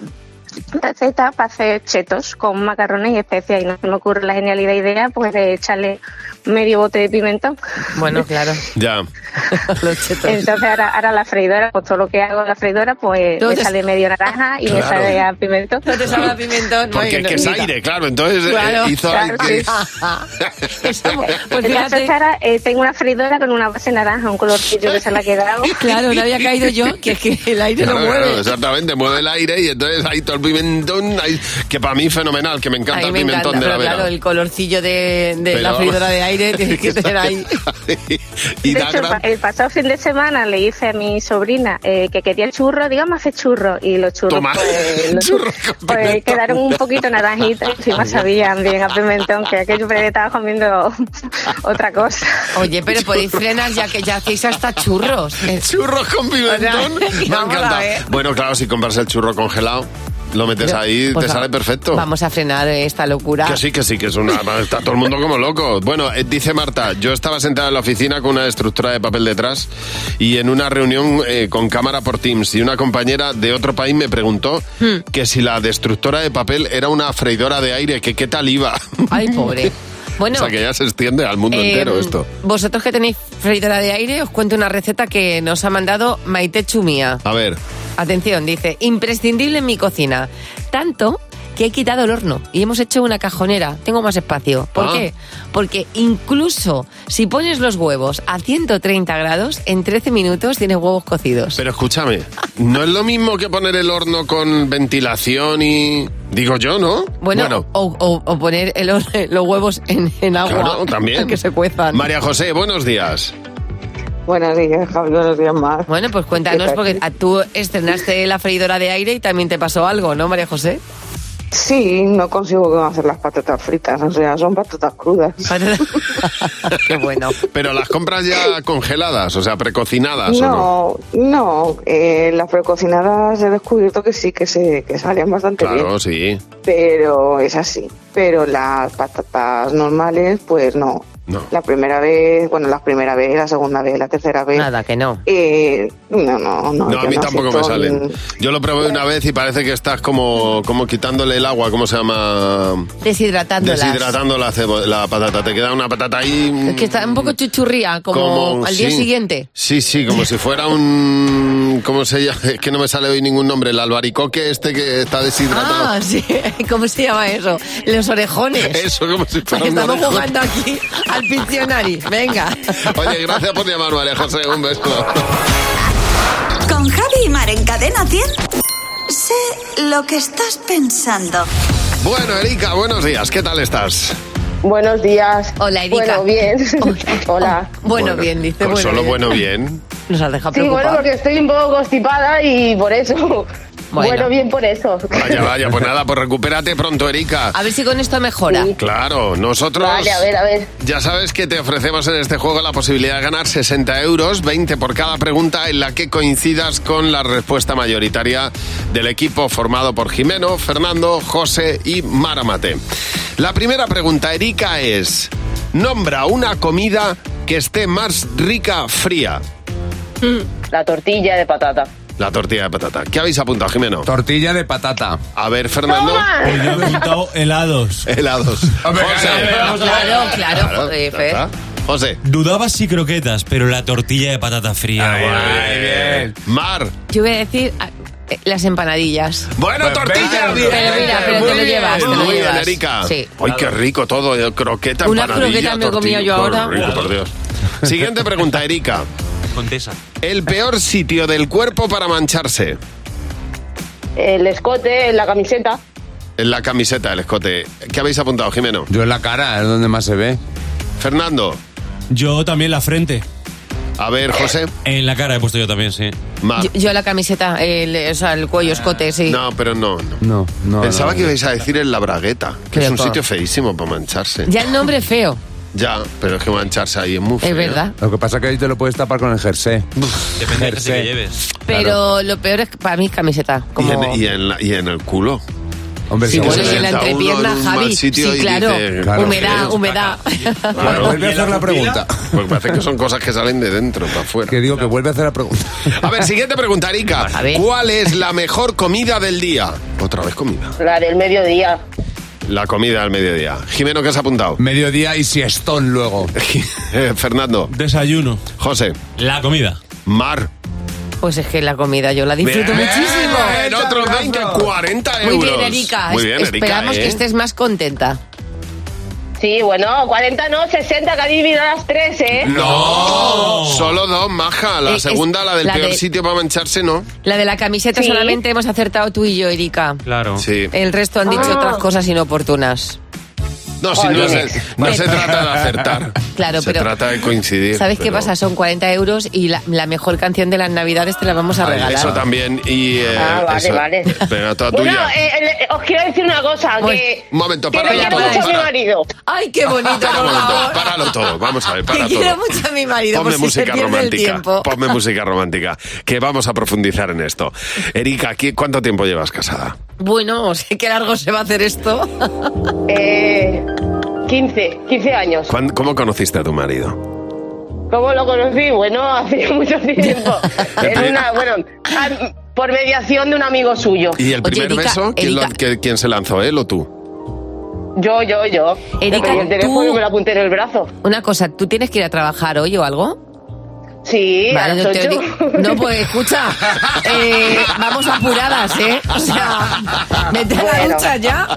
[SPEAKER 21] receta para hacer chetos con macarrones y especias y no se me ocurre la genialidad idea pues de echarle medio bote de pimentón.
[SPEAKER 3] Bueno, claro.
[SPEAKER 2] Ya.
[SPEAKER 21] Entonces ahora, ahora la freidora, pues todo lo que hago en la freidora pues me
[SPEAKER 3] Entonces-
[SPEAKER 21] sale medio naranja y
[SPEAKER 2] Claro.
[SPEAKER 21] me sale a pimentón.
[SPEAKER 3] No te sabe a pimentón.
[SPEAKER 2] Porque es que es aire, claro. Entonces eh,
[SPEAKER 21] Claro,
[SPEAKER 2] hizo
[SPEAKER 21] claro,
[SPEAKER 2] ahí que-
[SPEAKER 21] Pues la cesta, eh, tengo una freidora con una base naranja, un colorcillo que se le ha quedado.
[SPEAKER 3] Claro, no había caído yo, que es que el aire
[SPEAKER 2] Claro,
[SPEAKER 3] no mueve.
[SPEAKER 2] claro, exactamente, mueve el aire y entonces ahí todo el pimentón, ahí- que para mí fenomenal, que me
[SPEAKER 3] A
[SPEAKER 2] encanta
[SPEAKER 3] mí
[SPEAKER 2] el
[SPEAKER 3] me encanta,
[SPEAKER 2] pimentón de la
[SPEAKER 3] pero
[SPEAKER 2] vera.
[SPEAKER 3] claro, el colorcillo de, de la
[SPEAKER 2] Pero-
[SPEAKER 3] freidora de aire tiene que tener ahí.
[SPEAKER 2] y
[SPEAKER 21] de
[SPEAKER 2] da
[SPEAKER 21] hecho, eh, el
[SPEAKER 2] gran-
[SPEAKER 21] pa- el pasado fin de semana le hice a mi sobrina eh, que quería churro, digamos, hace churro, y los churros
[SPEAKER 2] Toma.
[SPEAKER 21] pues, los- pues, quedaron un poquito naranjitos, encima sabían bien a pimentón, que aquello me estaba comiendo otra cosa.
[SPEAKER 3] Oye, pero podéis frenar ya que ya hacéis hasta churros.
[SPEAKER 2] Churros con pimentón. Me ha encantado.
[SPEAKER 3] eh.
[SPEAKER 2] Bueno, claro, si compras el churro congelado, lo metes
[SPEAKER 3] Pero,
[SPEAKER 2] ahí,
[SPEAKER 3] por
[SPEAKER 2] te
[SPEAKER 3] favor,
[SPEAKER 2] sale perfecto.
[SPEAKER 3] pues Vamos a frenar esta locura.
[SPEAKER 2] Que sí, que sí, que es una. Está todo el mundo como loco. Bueno, eh, dice Marta, yo estaba sentada en la oficina con una estructura de papel detrás y en una reunión eh, con cámara por Teams y una compañera de otro país me preguntó
[SPEAKER 3] Hmm.
[SPEAKER 2] que si la destructora de papel era una freidora de aire, que qué tal iba.
[SPEAKER 3] Ay, pobre. Bueno,
[SPEAKER 2] o sea, que ya se extiende al mundo
[SPEAKER 3] Eh,
[SPEAKER 2] entero esto.
[SPEAKER 3] Vosotros que tenéis freidora de aire, os cuento una receta que nos ha mandado Maite Chumía.
[SPEAKER 2] A ver.
[SPEAKER 3] Atención, dice, imprescindible en mi cocina. Tanto que he quitado el horno y hemos hecho una cajonera. Tengo más espacio. ¿Por
[SPEAKER 22] Ah.
[SPEAKER 3] qué? Porque incluso si pones los huevos a 130 grados, en 13 minutos tienes huevos cocidos.
[SPEAKER 2] Pero escúchame, ¿no es lo mismo que poner el horno con ventilación y. Digo yo, ¿no?
[SPEAKER 3] Bueno, O, o- o poner el hor- los huevos en, en agua.
[SPEAKER 2] Claro, también.
[SPEAKER 3] Que se cuezan.
[SPEAKER 2] María José, buenos días.
[SPEAKER 3] Buenos días, Javi, buenos días más. Bueno, pues cuéntanos, porque a- tú estrenaste la freidora de aire y también te pasó algo, ¿no, María José?
[SPEAKER 5] Sí, no consigo hacer las patatas fritas, o sea, son patatas crudas.
[SPEAKER 3] Qué bueno.
[SPEAKER 2] Pero las compras ya congeladas, o sea, precocinadas o no.
[SPEAKER 5] No, no, eh, las precocinadas he descubierto que sí, que se que salían bastante bien,
[SPEAKER 2] Claro, sí.
[SPEAKER 5] pero es así. Pero las patatas normales, pues no.
[SPEAKER 2] No.
[SPEAKER 5] La primera vez, bueno, la primera vez, la segunda vez, la tercera vez.
[SPEAKER 3] Nada, que no.
[SPEAKER 5] Eh, no, no, no.
[SPEAKER 2] No, a
[SPEAKER 5] yo
[SPEAKER 2] mí
[SPEAKER 5] soy
[SPEAKER 2] tampoco me
[SPEAKER 5] con-
[SPEAKER 2] salen. Yo lo probé una vez y parece que estás como, como quitándole el agua, ¿cómo se llama?
[SPEAKER 3] Deshidratándolas.
[SPEAKER 2] Deshidratando la, cebo- la patata. Te queda una patata ahí. mm,
[SPEAKER 3] Es que está un poco chuchurría, como,
[SPEAKER 2] Como-
[SPEAKER 3] al día
[SPEAKER 2] sí.
[SPEAKER 3] siguiente.
[SPEAKER 2] Sí, sí, como si fuera un... ¿Cómo se llama? Es que no me sale hoy ningún nombre. El albaricoque este que está deshidratado.
[SPEAKER 3] Ah, sí. ¿Cómo se llama eso? Los orejones. Pues
[SPEAKER 2] Eso, como si fuera un
[SPEAKER 3] Estamos
[SPEAKER 2] orejón.
[SPEAKER 3] jugando aquí al Pictionary. Venga.
[SPEAKER 2] Oye, gracias por llamar, María José. Un beso.
[SPEAKER 10] Con Javi y Mar en Cadena 100. Sé lo que estás pensando.
[SPEAKER 2] Bueno, Erika, buenos días. ¿Qué tal estás?
[SPEAKER 5] Buenos días.
[SPEAKER 3] Hola,
[SPEAKER 5] Bueno, bien. Hola.
[SPEAKER 3] Bueno, bien, dice.
[SPEAKER 2] Con
[SPEAKER 3] Bueno,
[SPEAKER 2] pues solo
[SPEAKER 3] bien.
[SPEAKER 2] bueno, bien.
[SPEAKER 3] Nos has dejado
[SPEAKER 5] Sí, bueno,
[SPEAKER 3] preocupados.
[SPEAKER 5] porque estoy un poco constipada y por eso.
[SPEAKER 3] Bueno.
[SPEAKER 5] Bueno, bien por eso.
[SPEAKER 2] Vaya, vaya, pues nada, pues recupérate pronto, Erika.
[SPEAKER 3] A ver si con esto mejora.
[SPEAKER 2] Claro, nosotros
[SPEAKER 5] Vale, a ver, a ver.
[SPEAKER 2] ya sabes que te ofrecemos en este juego la posibilidad de ganar 60 euros, 20 por cada pregunta en la que coincidas con la respuesta mayoritaria del equipo formado por Jimeno, Fernando, José y Maramate. La primera pregunta, Erika, es, nombra una comida que esté más rica fría.
[SPEAKER 5] La tortilla de patata.
[SPEAKER 2] La tortilla de patata. ¿Qué habéis apuntado, Jimeno? Tortilla de patata. A ver, Fernando.
[SPEAKER 5] Toma.
[SPEAKER 18] Yo he apuntado helados.
[SPEAKER 2] Helados.
[SPEAKER 3] Claro, claro, eh, Fer.
[SPEAKER 2] José.
[SPEAKER 18] Dudaba si croquetas, pero la tortilla de patata fría. guay.
[SPEAKER 2] Mar.
[SPEAKER 3] Yo voy a decir ah, eh, las empanadillas.
[SPEAKER 2] Bueno, tortilla.
[SPEAKER 3] Pero mira, pero te lo llevas, te lo
[SPEAKER 2] Muy bien,
[SPEAKER 3] llevas.
[SPEAKER 2] Erika.
[SPEAKER 3] Sí.
[SPEAKER 2] Ay, qué rico todo. eh, Croqueta,
[SPEAKER 3] Una
[SPEAKER 2] empanadilla,
[SPEAKER 3] croqueta me he
[SPEAKER 2] tortilla.
[SPEAKER 3] comido yo
[SPEAKER 2] Qué
[SPEAKER 3] ahora.
[SPEAKER 2] rico, por Dios. Siguiente pregunta, Erika.
[SPEAKER 18] Contesa.
[SPEAKER 2] El peor sitio del cuerpo para mancharse.
[SPEAKER 5] El escote, la camiseta.
[SPEAKER 2] En la camiseta, el escote. ¿Qué habéis apuntado, Jimeno?
[SPEAKER 4] Yo en la cara es donde más se ve.
[SPEAKER 2] Fernando.
[SPEAKER 18] Yo también la frente.
[SPEAKER 2] A ver, José.
[SPEAKER 18] En la cara he puesto yo también, sí.
[SPEAKER 3] Eh, Yo, yo la camiseta, el, o sea, el cuello, escote, sí.
[SPEAKER 2] No, pero no.
[SPEAKER 4] No, no.
[SPEAKER 2] Pensaba
[SPEAKER 4] no.
[SPEAKER 2] que ibais a decir en la bragueta, que
[SPEAKER 4] Pero
[SPEAKER 2] es un
[SPEAKER 4] por-
[SPEAKER 2] sitio feísimo para mancharse.
[SPEAKER 3] Ya el nombre es feo.
[SPEAKER 2] Ya, pero es que mancharse ahí es muy feo.
[SPEAKER 3] verdad.
[SPEAKER 4] Lo que pasa es que ahí te lo puedes tapar con el jersey.
[SPEAKER 18] Depende del
[SPEAKER 4] jersey que
[SPEAKER 18] lleves.
[SPEAKER 3] Pero lo peor es que para mí camiseta.
[SPEAKER 2] Y
[SPEAKER 3] Como...
[SPEAKER 2] en, y en la- y en el culo.
[SPEAKER 4] Hombre,
[SPEAKER 3] Sí,
[SPEAKER 2] que
[SPEAKER 3] bueno,
[SPEAKER 2] se
[SPEAKER 3] y en la
[SPEAKER 2] sienta uno
[SPEAKER 3] entrepierna,
[SPEAKER 2] en un mal
[SPEAKER 3] Javi. Sí,
[SPEAKER 2] sitio y
[SPEAKER 3] claro.
[SPEAKER 2] dice, claro,
[SPEAKER 3] Humedad,
[SPEAKER 2] que-
[SPEAKER 3] humedad.
[SPEAKER 2] Claro.
[SPEAKER 4] Vuelve a hacer la pregunta.
[SPEAKER 2] Porque Pues parece que son cosas que salen de dentro, para afuera.
[SPEAKER 4] Que digo que vuelve a hacer la pregunta.
[SPEAKER 2] A ver, siguiente pregunta, Erika. ¿Cuál es la mejor comida del día? Otra vez comida.
[SPEAKER 5] La del mediodía.
[SPEAKER 2] La comida al mediodía. Jimeno, ¿qué has apuntado? Eh,
[SPEAKER 4] Mediodía y siestón luego.
[SPEAKER 2] Fernando.
[SPEAKER 18] Desayuno.
[SPEAKER 2] José.
[SPEAKER 18] La comida.
[SPEAKER 2] Mar.
[SPEAKER 3] Pues es que la comida yo la disfruto
[SPEAKER 2] Bien,
[SPEAKER 3] muchísimo.
[SPEAKER 2] En otros 20, 40 euros.
[SPEAKER 3] Muy bien, Erika.
[SPEAKER 2] Muy bien,
[SPEAKER 3] Es-
[SPEAKER 2] Erika,
[SPEAKER 3] Esperamos
[SPEAKER 2] ¿eh?
[SPEAKER 3] que estés más contenta.
[SPEAKER 5] Sí, bueno, 40 no, 60, que ha dividido las 3, ¿eh?
[SPEAKER 2] No, solo dos, maja. La
[SPEAKER 3] Eh, es-
[SPEAKER 2] segunda, la del
[SPEAKER 3] la
[SPEAKER 2] peor
[SPEAKER 3] de-
[SPEAKER 2] sitio para mancharse, no.
[SPEAKER 3] La de la camiseta
[SPEAKER 5] Sí.
[SPEAKER 3] solamente hemos acertado tú y yo, Erika.
[SPEAKER 18] Claro.
[SPEAKER 2] Sí.
[SPEAKER 3] El resto han dicho
[SPEAKER 5] Ah.
[SPEAKER 3] otras cosas inoportunas.
[SPEAKER 2] No, si no,
[SPEAKER 3] Joder.
[SPEAKER 2] se, no se trata de acertar.
[SPEAKER 3] Claro,
[SPEAKER 2] se
[SPEAKER 3] pero-
[SPEAKER 2] trata de coincidir.
[SPEAKER 3] ¿Sabes qué
[SPEAKER 2] pero-
[SPEAKER 3] pasa? Son 40 euros y la, la mejor canción de las navidades te la vamos a
[SPEAKER 2] Ay,
[SPEAKER 3] regalar.
[SPEAKER 2] Eso también. Y, eh,
[SPEAKER 5] Ah, vale,
[SPEAKER 2] eso-
[SPEAKER 5] vale.
[SPEAKER 2] Pero toda
[SPEAKER 5] Bueno,
[SPEAKER 2] tuya.
[SPEAKER 5] eh, eh, os quiero decir una cosa,
[SPEAKER 3] Bueno,
[SPEAKER 5] que...
[SPEAKER 2] Un momento,
[SPEAKER 5] que
[SPEAKER 2] para,
[SPEAKER 5] le quiero
[SPEAKER 2] para,
[SPEAKER 5] mucho a mi
[SPEAKER 2] para.
[SPEAKER 5] marido.
[SPEAKER 3] ¡Ay, qué bonito!
[SPEAKER 2] Para un
[SPEAKER 3] por
[SPEAKER 2] momento,
[SPEAKER 3] favor.
[SPEAKER 2] páralo todo. Vamos a ver, para
[SPEAKER 3] Que
[SPEAKER 2] todo.
[SPEAKER 3] quiero mucho a mi marido,
[SPEAKER 2] Ponme
[SPEAKER 3] por si se
[SPEAKER 2] música
[SPEAKER 3] pierde el
[SPEAKER 2] romántica.
[SPEAKER 3] tiempo.
[SPEAKER 2] Ponme música romántica. Que vamos a profundizar en esto. Erika, ¿qué- ¿cuánto tiempo llevas casada?
[SPEAKER 3] Bueno, o sea, qué largo se va a hacer esto.
[SPEAKER 5] Eh, 15, 15 años.
[SPEAKER 2] ¿Cuán- ¿Cómo conociste a tu marido?
[SPEAKER 5] ¿Cómo lo conocí? Bueno, hace mucho tiempo. Era una, bueno, ah, por mediación de un amigo suyo.
[SPEAKER 2] ¿Y el primer beso? ¿Quién, lo- qué- quién se lanzó, eh, él o tú?
[SPEAKER 5] Yo, yo, yo.
[SPEAKER 3] Erika,
[SPEAKER 5] Le pedí el teléfono
[SPEAKER 3] tú-
[SPEAKER 5] y me lo apunté en el brazo.
[SPEAKER 3] Una cosa, ¿tú tienes que ir a trabajar hoy o algo?
[SPEAKER 5] Sí,
[SPEAKER 3] Vale,
[SPEAKER 5] a
[SPEAKER 3] no,
[SPEAKER 5] las
[SPEAKER 3] te
[SPEAKER 5] ocho.
[SPEAKER 3] di- no, pues escucha, eh, vamos apuradas, ¿eh? O sea, vete a la
[SPEAKER 5] Bueno.
[SPEAKER 3] ducha ya.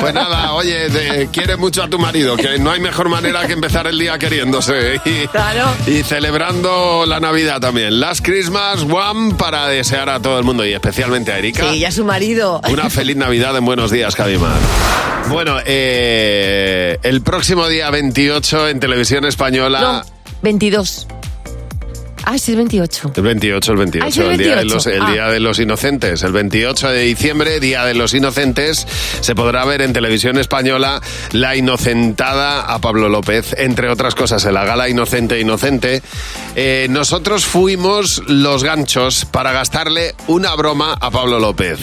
[SPEAKER 2] Pues nada, oye, de- quiere mucho a tu marido, que no hay mejor manera que empezar el día queriéndose ¿eh? y,
[SPEAKER 3] Claro.
[SPEAKER 2] y celebrando la Navidad también. Las Christmas One para desear a todo el mundo y especialmente a Erika.
[SPEAKER 3] Sí, ya su marido.
[SPEAKER 2] Una feliz Navidad en Buenos Días, Javimar. Bueno, eh, el próximo día 28 en Televisión Española.
[SPEAKER 3] No, 22. Ah, sí, el 28.
[SPEAKER 2] El 28, el 28,
[SPEAKER 3] Ah, es el
[SPEAKER 2] el, día, de
[SPEAKER 3] 28.
[SPEAKER 2] los, el
[SPEAKER 3] Ah.
[SPEAKER 2] día de los Inocentes. El 28 de diciembre, Día de los Inocentes, se podrá ver en televisión española la inocentada a Pablo López, entre otras cosas, en la gala Inocente Inocente. Eh, nosotros fuimos los ganchos para gastarle una broma a Pablo López.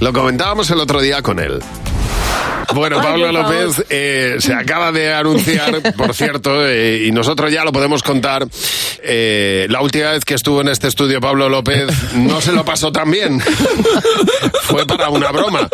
[SPEAKER 2] Lo comentábamos el otro día con él. Bueno,
[SPEAKER 6] Ay,
[SPEAKER 2] Pablo
[SPEAKER 6] por favor.
[SPEAKER 2] López eh, se acaba de anunciar, por cierto, eh, y nosotros ya lo podemos contar. eh, la última vez que estuvo en este estudio Pablo López no se lo pasó tan bien. Fue para una broma.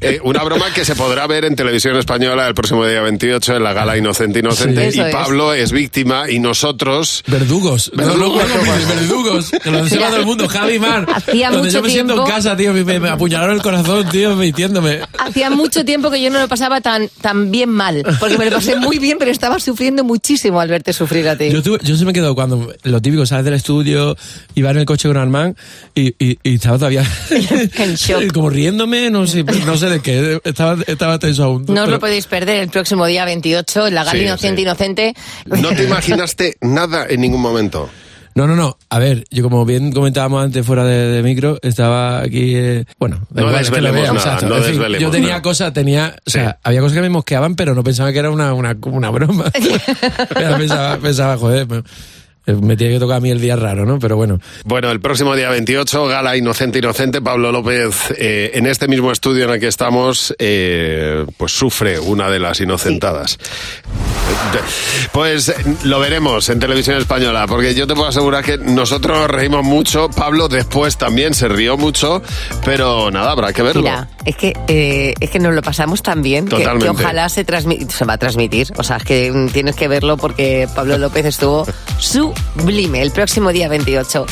[SPEAKER 2] Eh, una broma que se podrá ver en televisión española el próximo día 28 en la gala Inocente Inocente.
[SPEAKER 7] Sí. Eso
[SPEAKER 2] y
[SPEAKER 7] es.
[SPEAKER 2] Pablo es. víctima y nosotros.
[SPEAKER 7] Verdugos.
[SPEAKER 2] Verdugos.
[SPEAKER 7] Verdugos. Verdugos. Que los deseo a todo el mundo. Javi Mar.
[SPEAKER 3] Hacía
[SPEAKER 7] donde
[SPEAKER 3] mucho
[SPEAKER 7] yo me siento en
[SPEAKER 3] tiempo-
[SPEAKER 7] casa, tío. Me, me- me apuñalaron el corazón, tío, mintiéndome.
[SPEAKER 3] Hacía mucho tiempo que yo no lo pasaba tan, tan bien mal, porque me lo pasé muy bien, pero estaba sufriendo muchísimo al verte sufrir a ti.
[SPEAKER 7] Yo, tuve- yo se me quedo cuando lo típico, sales del estudio, iba en el coche con Armand y, y, y estaba todavía como riéndome, no sé, no sé de qué, estaba, estaba tenso aún.
[SPEAKER 3] No os
[SPEAKER 7] Pero-
[SPEAKER 3] lo podéis perder el próximo día 28 en la gala
[SPEAKER 2] Sí,
[SPEAKER 3] Inocente Inocente.
[SPEAKER 2] No te imaginaste nada en ningún momento.
[SPEAKER 7] No, no, no. A ver, yo como bien comentábamos antes fuera de, de micro, estaba aquí. eh, bueno, da
[SPEAKER 2] No
[SPEAKER 7] igual, es que lo
[SPEAKER 2] desvelemos
[SPEAKER 7] veo,
[SPEAKER 2] nada,
[SPEAKER 7] exacto.
[SPEAKER 2] no
[SPEAKER 7] En fin,
[SPEAKER 2] desvelemos
[SPEAKER 7] Yo tenía
[SPEAKER 2] nada.
[SPEAKER 7] cosas, tenía. O sea, había cosas que me mosqueaban, pero no pensaba que era una, una, una broma. Pero pensaba, pensaba, joder, me, me tiene que tocar a mí el día raro, ¿no? Pero bueno.
[SPEAKER 2] Bueno, el próximo día 28, gala Inocente Inocente, Pablo López, eh, en este mismo estudio en el que estamos, eh, pues sufre una de las inocentadas. Pues eh, lo veremos en televisión española, porque yo te puedo asegurar que nosotros reímos mucho, Pablo después también se rió mucho, pero nada, habrá que verlo.
[SPEAKER 3] Mira, es que, eh, es que nos lo pasamos tan bien que,
[SPEAKER 2] Totalmente.
[SPEAKER 3] que ojalá se, transmi- se va a transmitir. O sea, es que mm, tienes que verlo porque Pablo López estuvo sublime el próximo día 28.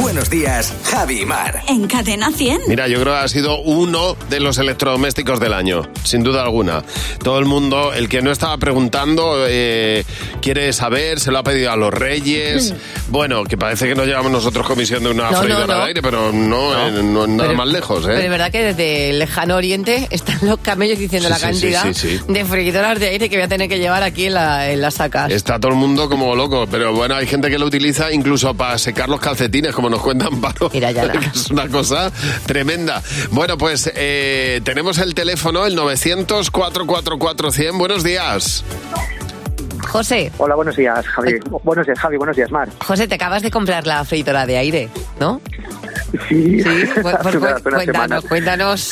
[SPEAKER 1] Buenos días, Javi y Mar.
[SPEAKER 23] En Cadena 100.
[SPEAKER 2] Mira, yo creo que ha sido uno de los electrodomésticos del año, sin duda alguna. Todo el mundo, el que no estaba preguntando, eh, quiere saber, se lo ha pedido a los reyes. Bueno, que parece que no llevamos nosotros comisión de una
[SPEAKER 3] Mm. No, no,
[SPEAKER 2] freidora
[SPEAKER 3] no.
[SPEAKER 2] de aire, pero no, eh, no es nada
[SPEAKER 3] Pero-
[SPEAKER 2] más lejos,
[SPEAKER 3] Pero es
[SPEAKER 2] ¿eh?
[SPEAKER 3] verdad que desde el lejano oriente están los camellos diciendo
[SPEAKER 2] Sí,
[SPEAKER 3] la
[SPEAKER 2] sí, sí,
[SPEAKER 3] cantidad
[SPEAKER 2] sí, sí.
[SPEAKER 3] de frigidoras de aire que voy a tener que llevar aquí en la, en la saca.
[SPEAKER 2] Está todo el mundo como loco, pero bueno, hay gente que lo utiliza incluso para secar los calcetines, como nos cuentan Paro.
[SPEAKER 3] ya la-
[SPEAKER 2] que es una cosa tremenda. Bueno, pues eh, tenemos el teléfono, el 900-444-100. Buenos días.
[SPEAKER 3] José,
[SPEAKER 6] Hola, buenos días, Javi. Buenos días, Javi. Buenos días, Mar.
[SPEAKER 3] José, te acabas de comprar la freidora de aire, ¿no?
[SPEAKER 6] Sí,
[SPEAKER 3] Pues, pues,
[SPEAKER 6] hace una- hace una semana.
[SPEAKER 3] cuéntanos, cuéntanos.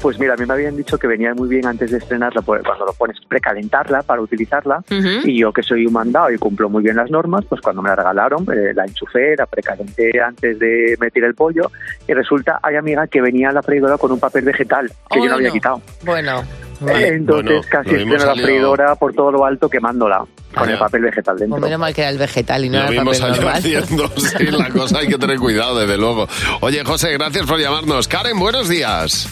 [SPEAKER 6] Pues mira, a mí me habían dicho que venía muy bien antes de estrenarla, pues, cuando lo pones precalentarla para utilizarla.
[SPEAKER 3] Ujú.
[SPEAKER 6] Y yo que soy un mandado y cumplo muy bien las normas, pues cuando me la regalaron, eh, la enchufé, la precalenté antes de meter el pollo. Y resulta, hay amiga que venía la freidora con un papel vegetal que yo no había quitado.
[SPEAKER 3] Bueno.
[SPEAKER 6] Entonces
[SPEAKER 2] Bueno,
[SPEAKER 6] casi
[SPEAKER 2] lo mismo
[SPEAKER 6] estreno la
[SPEAKER 2] salió-
[SPEAKER 6] freidora por todo lo alto quemándola con el papel vegetal dentro.
[SPEAKER 3] Pues menos mal que era el vegetal y no
[SPEAKER 2] Lo
[SPEAKER 3] era el
[SPEAKER 2] mismo
[SPEAKER 3] papel
[SPEAKER 2] salió
[SPEAKER 3] normal.
[SPEAKER 2] haciendo, sí, la cosa hay que tener cuidado, desde luego. Oye, José, gracias por llamarnos. Karen, buenos días.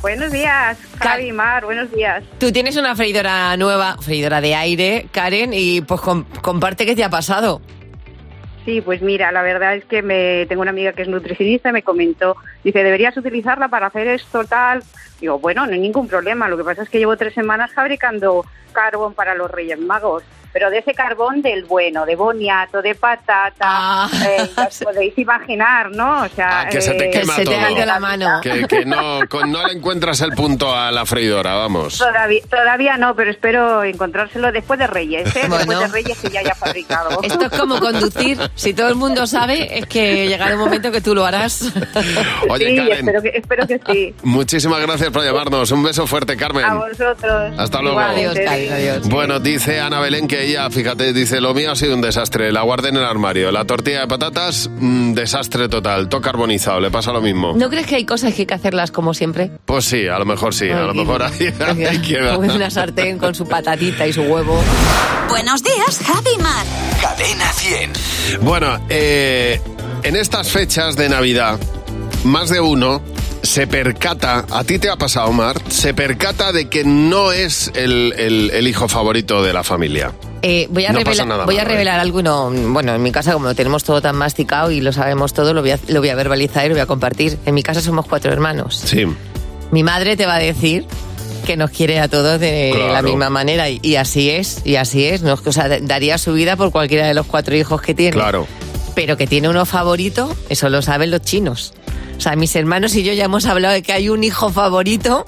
[SPEAKER 24] Buenos días, Javi Mar, buenos días.
[SPEAKER 3] Tú tienes una freidora nueva, freidora de aire, Karen, y pues com- comparte qué te ha pasado.
[SPEAKER 24] Sí, pues mira, la verdad es que me tengo una amiga que es nutricionista y me comentó, dice, deberías utilizarla para hacer esto, tal. Digo, bueno, no hay ningún problema, lo que pasa es que llevo tres semanas fabricando carbón para los Reyes Magos, pero de ese carbón del bueno, de boniato, de patata, eh, ya os podéis imaginar, ¿no? O sea,
[SPEAKER 2] Ah, que se te
[SPEAKER 24] eh,
[SPEAKER 2] quema todo.
[SPEAKER 24] mano.
[SPEAKER 2] Que, que no, con- no le encuentras el punto a la freidora, vamos.
[SPEAKER 24] Todavía, todavía no, pero espero encontrárselo después de Reyes, ¿eh? Después de Reyes que ya haya fabricado.
[SPEAKER 3] Esto es como conducir. Si todo el mundo sabe, es que llegará un momento que tú lo harás.
[SPEAKER 2] Oye,
[SPEAKER 24] sí,
[SPEAKER 2] Karen.
[SPEAKER 24] espero que, espero que sí.
[SPEAKER 2] Muchísimas gracias por llamarnos. Un beso fuerte, Carmen.
[SPEAKER 24] A vosotros.
[SPEAKER 2] Hasta luego.
[SPEAKER 24] Igualmente.
[SPEAKER 2] Bueno, dice Ana Belén que ella, fíjate, dice, lo mío ha sido un desastre. La guardé en el armario. La tortilla de patatas, mm, desastre total. Todo carbonizado, le pasa lo mismo.
[SPEAKER 3] ¿No crees que hay cosas que hay que hacerlas como siempre?
[SPEAKER 2] Pues sí, a lo mejor sí. A lo
[SPEAKER 3] Ay,
[SPEAKER 2] mejor hay, hay que ver.
[SPEAKER 24] Pues
[SPEAKER 3] Como en una sartén con su patatita y su huevo.
[SPEAKER 23] Buenos días, Javi Mar.
[SPEAKER 1] Cadena 100.
[SPEAKER 2] Bueno, eh, en estas fechas de Navidad, más de uno se percata, a ti te ha pasado, Mar, se percata de que no es el, el- el hijo favorito de la familia.
[SPEAKER 3] Eh, voy a
[SPEAKER 2] No pasa
[SPEAKER 3] revelar,
[SPEAKER 2] nada
[SPEAKER 3] voy a
[SPEAKER 2] malo, ¿eh?
[SPEAKER 3] revelar alguno. Bueno, en mi casa, como lo tenemos todo tan masticado y lo sabemos todo, lo voy a, lo voy a verbalizar y lo voy a compartir. En mi casa somos cuatro hermanos.
[SPEAKER 2] Sí.
[SPEAKER 3] Mi madre te va a decir que nos quiere a todos de
[SPEAKER 2] Claro.
[SPEAKER 3] la misma manera y, y así es, y así es. No, o sea, daría su vida por cualquiera de los cuatro hijos que tiene.
[SPEAKER 2] Claro.
[SPEAKER 3] Pero que tiene uno favorito, eso lo saben los chinos. O sea, mis hermanos y yo ya hemos hablado de que hay un hijo favorito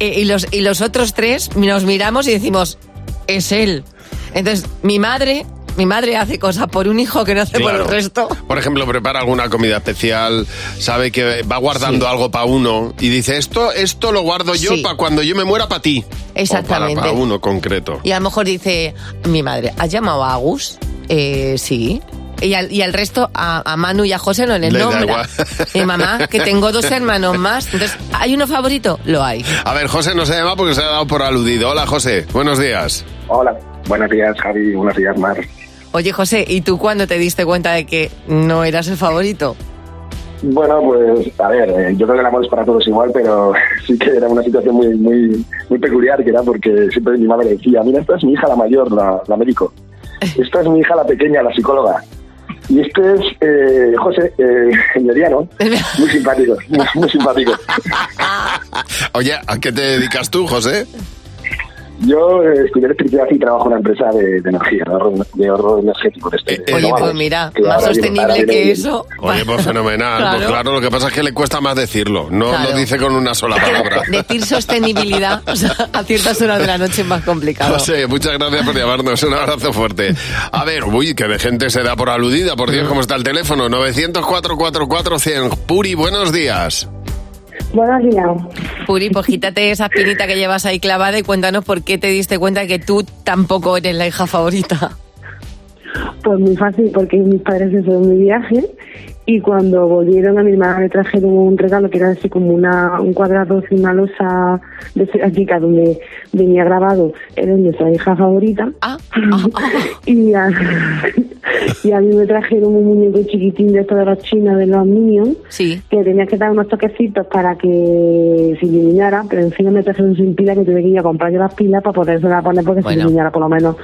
[SPEAKER 3] eh, y, los, y los otros tres nos miramos y decimos, es él. Entonces, mi madre, mi madre hace cosas por un hijo que no hace por
[SPEAKER 2] Claro.
[SPEAKER 3] el resto.
[SPEAKER 2] Por ejemplo, prepara alguna comida especial, sabe que va guardando algo para uno y dice, esto, esto lo guardo yo
[SPEAKER 3] Sí.
[SPEAKER 2] para cuando yo me muera para ti.
[SPEAKER 3] Exactamente.
[SPEAKER 2] Para uno concreto.
[SPEAKER 3] Y a lo mejor dice, mi madre, ¿has llamado a Agus? Eh, sí. Y al, y al resto, a, a Manu y a José no les
[SPEAKER 2] Le da
[SPEAKER 3] nombra.
[SPEAKER 2] igual.
[SPEAKER 3] Mi mamá, que tengo dos hermanos más. Entonces, ¿hay uno favorito? Lo hay.
[SPEAKER 2] A ver, José no se llama porque se ha dado por aludido. Hola, José. Buenos días.
[SPEAKER 8] Hola. Buenos días, Javi. Buenos días, Mar.
[SPEAKER 3] Oye, José, ¿y tú cuándo te diste cuenta de que no eras el favorito?
[SPEAKER 8] Bueno, pues, a ver, eh, yo creo que el amor es para todos igual, pero sí que era una situación muy muy muy peculiar, que era porque siempre mi madre decía, mira, esta es mi hija la mayor, la, la médico. Esta es mi hija la pequeña, la psicóloga. Y este es eh, José, eh, Lloriano. muy simpático, muy, muy simpático.
[SPEAKER 2] Oye, ¿a qué te dedicas tú, José?
[SPEAKER 8] Yo eh, estudié electricidad y trabajo en una empresa de, de energía, de ahorro, de ahorro energético. de este- de
[SPEAKER 3] Oye,
[SPEAKER 8] renovables,
[SPEAKER 3] pues mira,
[SPEAKER 8] que
[SPEAKER 3] más
[SPEAKER 8] ahora viene- ahora
[SPEAKER 3] sostenible
[SPEAKER 8] viene-
[SPEAKER 3] que eso.
[SPEAKER 2] Oye, pues fenomenal.
[SPEAKER 3] Claro.
[SPEAKER 2] Pues claro, lo que pasa es que le cuesta más decirlo. No
[SPEAKER 3] Claro.
[SPEAKER 2] lo dice con una sola palabra.
[SPEAKER 3] Decir sostenibilidad o sea, a ciertas horas de la noche es más complicado.
[SPEAKER 2] José, muchas gracias por llamarnos. Un abrazo fuerte. A ver, uy, que de gente se da por aludida. Por Dios, ¿cómo está el teléfono? 900-444-100. Puri, buenos días.
[SPEAKER 3] Buenos días. Puri, pues quítate esa espinita que llevas ahí clavada y cuéntanos por qué te diste cuenta que tú tampoco eres la hija favorita.
[SPEAKER 5] Pues muy fácil, porque mis padres se fueron de viaje y cuando volvieron a mi hermana le trajeron un regalo que era así como una, un cuadrado y una losa de cerámica donde venía grabado, era nuestra hija favorita.
[SPEAKER 3] Ah,
[SPEAKER 5] y, a, y a mí me trajeron un muñeco chiquitín de estos de los chinos, de los Minions, que tenía que dar unos toquecitos para que se iluminara, pero encima me trajeron sin pila que tuve que ir a comprar yo las pilas para poderse la poner porque se
[SPEAKER 3] Bueno.
[SPEAKER 5] iluminara por lo menos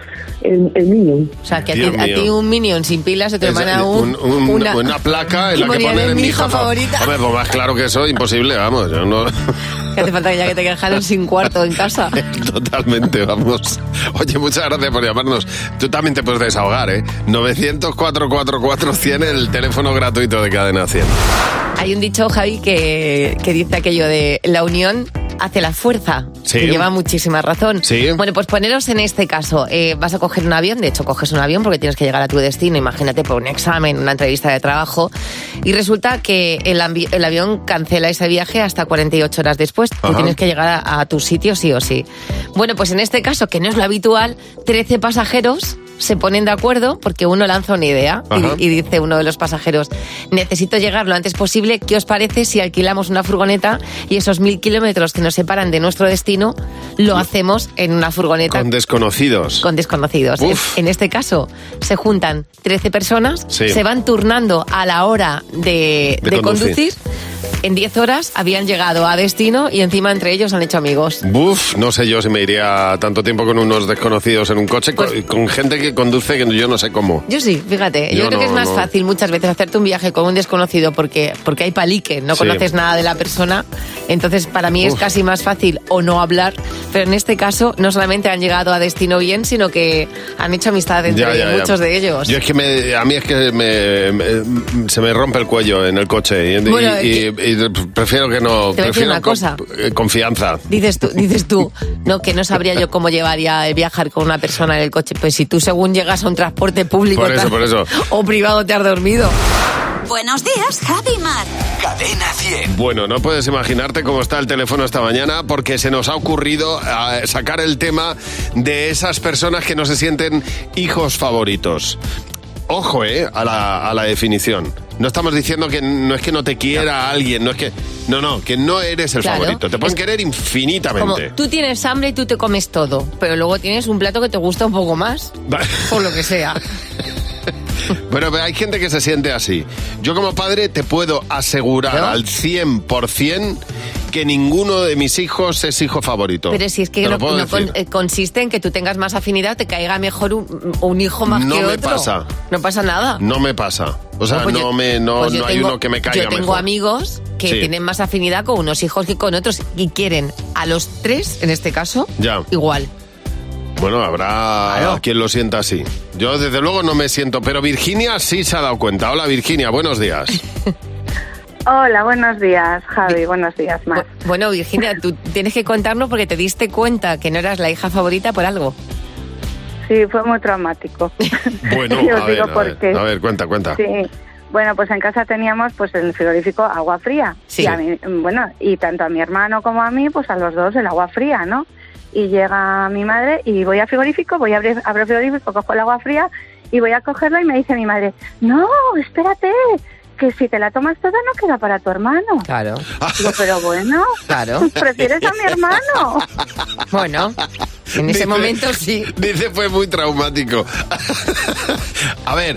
[SPEAKER 5] el, el Minion.
[SPEAKER 3] O sea, que a ti,
[SPEAKER 2] Dios
[SPEAKER 3] a
[SPEAKER 2] mío.
[SPEAKER 3] ti un minion sin pilas se te
[SPEAKER 2] Es-
[SPEAKER 3] hermana
[SPEAKER 2] un-
[SPEAKER 3] un,
[SPEAKER 2] un- una, placa en
[SPEAKER 3] Y
[SPEAKER 2] la que
[SPEAKER 3] ponía,
[SPEAKER 2] ponen
[SPEAKER 3] "Es
[SPEAKER 2] en
[SPEAKER 3] mi
[SPEAKER 2] mi
[SPEAKER 3] hija
[SPEAKER 2] hija fa-
[SPEAKER 3] favorita".
[SPEAKER 2] Hombre, pues más claro que eso, imposible, vamos. Yo no,
[SPEAKER 3] Que hace falta que ya que te dejaron sin cuarto en casa.
[SPEAKER 2] Eh, totalmente, vamos. Oye, muchas gracias por llamarnos. Tú también te puedes desahogar, ¿eh? 900-444-100, el teléfono gratuito de Cadena 100.
[SPEAKER 3] Hay un dicho, Javi, que, que dice aquello de la unión hace la fuerza.
[SPEAKER 2] Sí.
[SPEAKER 3] Que lleva muchísima razón. Bueno, pues poneros en este caso. eh, vas a coger un avión, de hecho coges un avión porque tienes que llegar a tu destino, imagínate por un examen, una entrevista de trabajo, y resulta que el, ambi- el avión cancela ese viaje hasta 48 horas después. Tú
[SPEAKER 25] Ajá.
[SPEAKER 3] tienes que llegar a, a tu sitio sí o sí. Bueno, pues en este caso, que no es lo habitual, 13 pasajeros se ponen de acuerdo porque uno lanza una idea y-
[SPEAKER 24] Ajá.
[SPEAKER 3] y y dice uno de los pasajeros, necesito llegar lo antes posible, ¿qué os parece si alquilamos una furgoneta y esos mil kilómetros que nos separan de nuestro destino lo hacemos en una furgoneta
[SPEAKER 2] Con desconocidos.
[SPEAKER 3] con desconocidos?
[SPEAKER 2] Uf.
[SPEAKER 3] En este caso, se juntan 13 personas,
[SPEAKER 2] Sí.
[SPEAKER 3] se van turnando a la hora de,
[SPEAKER 2] De
[SPEAKER 3] de
[SPEAKER 2] conducir.
[SPEAKER 3] conducir. En 10 horas habían llegado a destino y encima entre ellos han hecho amigos.
[SPEAKER 2] Buf, no sé yo si me iría tanto tiempo con unos desconocidos en un coche, co-
[SPEAKER 3] Pues
[SPEAKER 2] con, gente que conduce que yo no sé cómo.
[SPEAKER 3] Yo sí, fíjate, yo,
[SPEAKER 2] Yo
[SPEAKER 3] creo que es
[SPEAKER 2] no,
[SPEAKER 3] más
[SPEAKER 2] no.
[SPEAKER 3] fácil muchas veces hacerte un viaje con un desconocido porque, porque hay palique, no
[SPEAKER 2] Sí.
[SPEAKER 3] conoces nada de la persona, entonces para mí es
[SPEAKER 2] Uf.
[SPEAKER 3] casi más fácil o no hablar, pero en este caso no solamente han llegado a destino bien, sino que han hecho amistad entre
[SPEAKER 2] Ya, ya, ya.
[SPEAKER 3] muchos de ellos.
[SPEAKER 2] Yo es que me- a mí es que me- me- se me rompe el cuello en el coche y, y-
[SPEAKER 3] Bueno,
[SPEAKER 2] y- y prefiero que
[SPEAKER 3] Te
[SPEAKER 2] no.
[SPEAKER 3] voy a decir
[SPEAKER 2] prefiero
[SPEAKER 3] una
[SPEAKER 2] con-
[SPEAKER 3] cosa.
[SPEAKER 2] eh, confianza.
[SPEAKER 3] Dices tú, dices tú, no, que no sabría yo cómo llevaría el viajar con una persona en el coche. Pues si tú según llegas a un transporte público
[SPEAKER 2] Por eso,
[SPEAKER 3] tal-
[SPEAKER 2] por eso.
[SPEAKER 3] o privado te has dormido.
[SPEAKER 10] Buenos días, Javi y Mar.
[SPEAKER 26] Cadena 100.
[SPEAKER 2] Bueno, no puedes imaginarte cómo está el teléfono esta mañana porque se nos ha ocurrido eh, sacar el tema de esas personas que no se sienten hijos favoritos. Ojo, eh, a la, a la definición. No estamos diciendo que no es que no te quiera a alguien, no es que. No, no, que no eres el
[SPEAKER 3] Claro.
[SPEAKER 2] favorito. Te pueden
[SPEAKER 3] Es-
[SPEAKER 2] querer
[SPEAKER 3] Como
[SPEAKER 2] infinitamente.
[SPEAKER 3] tú tienes hambre y tú te comes todo, pero luego tienes un plato que te gusta un poco más, por lo que sea.
[SPEAKER 2] Bueno, pero hay gente que se siente así. Yo como padre te puedo asegurar al 100% que ninguno de mis hijos es hijo favorito.
[SPEAKER 3] Pero si es que
[SPEAKER 2] Te lo
[SPEAKER 3] no,
[SPEAKER 2] puedo
[SPEAKER 3] no con-
[SPEAKER 2] decir.
[SPEAKER 3] eh, consiste en que tú tengas más afinidad, te caiga mejor un, un hijo más
[SPEAKER 2] No
[SPEAKER 3] que
[SPEAKER 2] me
[SPEAKER 3] otro.
[SPEAKER 2] pasa.
[SPEAKER 3] No pasa nada.
[SPEAKER 2] No me pasa. O sea,
[SPEAKER 3] No,
[SPEAKER 2] no,
[SPEAKER 3] pues yo-
[SPEAKER 2] me, no,
[SPEAKER 3] Pues yo
[SPEAKER 2] no hay
[SPEAKER 3] tengo-
[SPEAKER 2] uno que me caiga
[SPEAKER 3] Yo tengo
[SPEAKER 2] mejor.
[SPEAKER 3] amigos que
[SPEAKER 2] Sí.
[SPEAKER 3] tienen más afinidad con unos hijos que con otros y quieren a los tres, en este caso,
[SPEAKER 2] Ya.
[SPEAKER 3] igual.
[SPEAKER 2] Bueno, habrá quien lo sienta así. Yo desde luego no me siento, pero Virginia sí se ha dado cuenta. Hola Virginia, buenos días.
[SPEAKER 24] Hola, buenos días, Javi. Buenos días, Mar.
[SPEAKER 3] Bueno, Virginia, tú tienes que contarnos porque te diste cuenta que no eras la hija favorita por algo.
[SPEAKER 24] Sí, fue muy traumático.
[SPEAKER 2] Bueno,
[SPEAKER 24] Y os
[SPEAKER 2] a ver,
[SPEAKER 24] digo
[SPEAKER 2] a
[SPEAKER 24] por
[SPEAKER 2] ver,
[SPEAKER 24] qué.
[SPEAKER 2] a ver, cuenta, cuenta.
[SPEAKER 24] Sí. Bueno, pues en casa teníamos pues en el frigorífico agua fría.
[SPEAKER 2] Sí.
[SPEAKER 24] Y a mí- bueno, y tanto a mi hermano como a mí, pues a los dos el agua fría, ¿no? Y llega mi madre y voy al frigorífico, voy a abrir, abro el frigorífico, cojo el agua fría y voy a cogerla y me dice mi madre, no, espérate, que si te la tomas toda no queda para tu hermano.
[SPEAKER 3] Claro.
[SPEAKER 24] Digo, pero bueno,
[SPEAKER 3] Claro.
[SPEAKER 24] prefieres a mi hermano.
[SPEAKER 3] Bueno, en ese momento sí.
[SPEAKER 2] Dice fue muy traumático. a ver,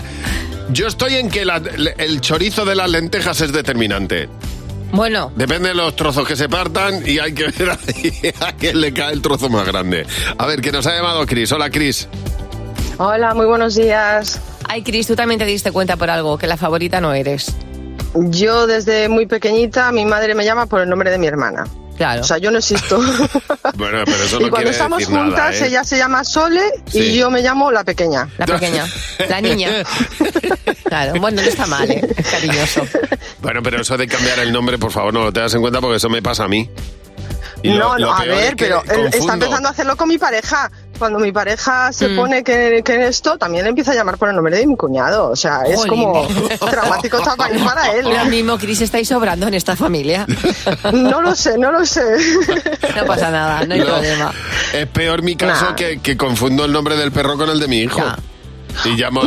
[SPEAKER 2] yo estoy en que la- el chorizo de las lentejas es determinante.
[SPEAKER 3] Bueno,
[SPEAKER 2] Depende de los trozos que se partan y hay que ver ahí a quién le cae el trozo más grande. A ver, que nos ha llamado Cris. Hola Cris.
[SPEAKER 3] Hola, muy buenos días. Ay, Cris, tú también te diste cuenta por algo, que la favorita no eres.
[SPEAKER 27] Yo desde muy pequeñita mi madre me llama por el nombre de mi hermana.
[SPEAKER 3] Claro.
[SPEAKER 28] O sea, yo no existo.
[SPEAKER 2] Bueno, pero eso
[SPEAKER 28] y
[SPEAKER 2] no
[SPEAKER 28] cuando
[SPEAKER 2] quiere
[SPEAKER 28] estamos
[SPEAKER 2] decir nada,
[SPEAKER 28] juntas,
[SPEAKER 2] ¿eh?
[SPEAKER 28] ella se llama Sole
[SPEAKER 2] Sí.
[SPEAKER 28] y yo me llamo la pequeña.
[SPEAKER 3] La pequeña, la niña. Claro, bueno, no está mal, ¿eh? Es cariñoso.
[SPEAKER 2] Bueno, pero eso de cambiar el nombre, por favor, no lo tengas en cuenta porque eso me pasa a mí. Y lo-
[SPEAKER 28] no, no,
[SPEAKER 2] lo
[SPEAKER 28] a
[SPEAKER 2] peor es
[SPEAKER 28] ver,
[SPEAKER 2] que
[SPEAKER 28] pero él está
[SPEAKER 2] confundo.
[SPEAKER 28] empezando a hacerlo con mi pareja. Cuando mi pareja se
[SPEAKER 2] Mm.
[SPEAKER 28] pone que, que esto, también empieza a llamar por el nombre de mi cuñado. O sea, es
[SPEAKER 3] Jolín.
[SPEAKER 28] como traumático está para para él.
[SPEAKER 3] Lo mismo, Cris, estáis sobrando en esta familia.
[SPEAKER 28] No lo sé, no lo sé.
[SPEAKER 3] No pasa nada, no hay
[SPEAKER 2] No.
[SPEAKER 3] problema.
[SPEAKER 2] Es peor mi caso
[SPEAKER 3] Nah.
[SPEAKER 2] que, que confundo el nombre del perro con el de mi hijo. Y llamo,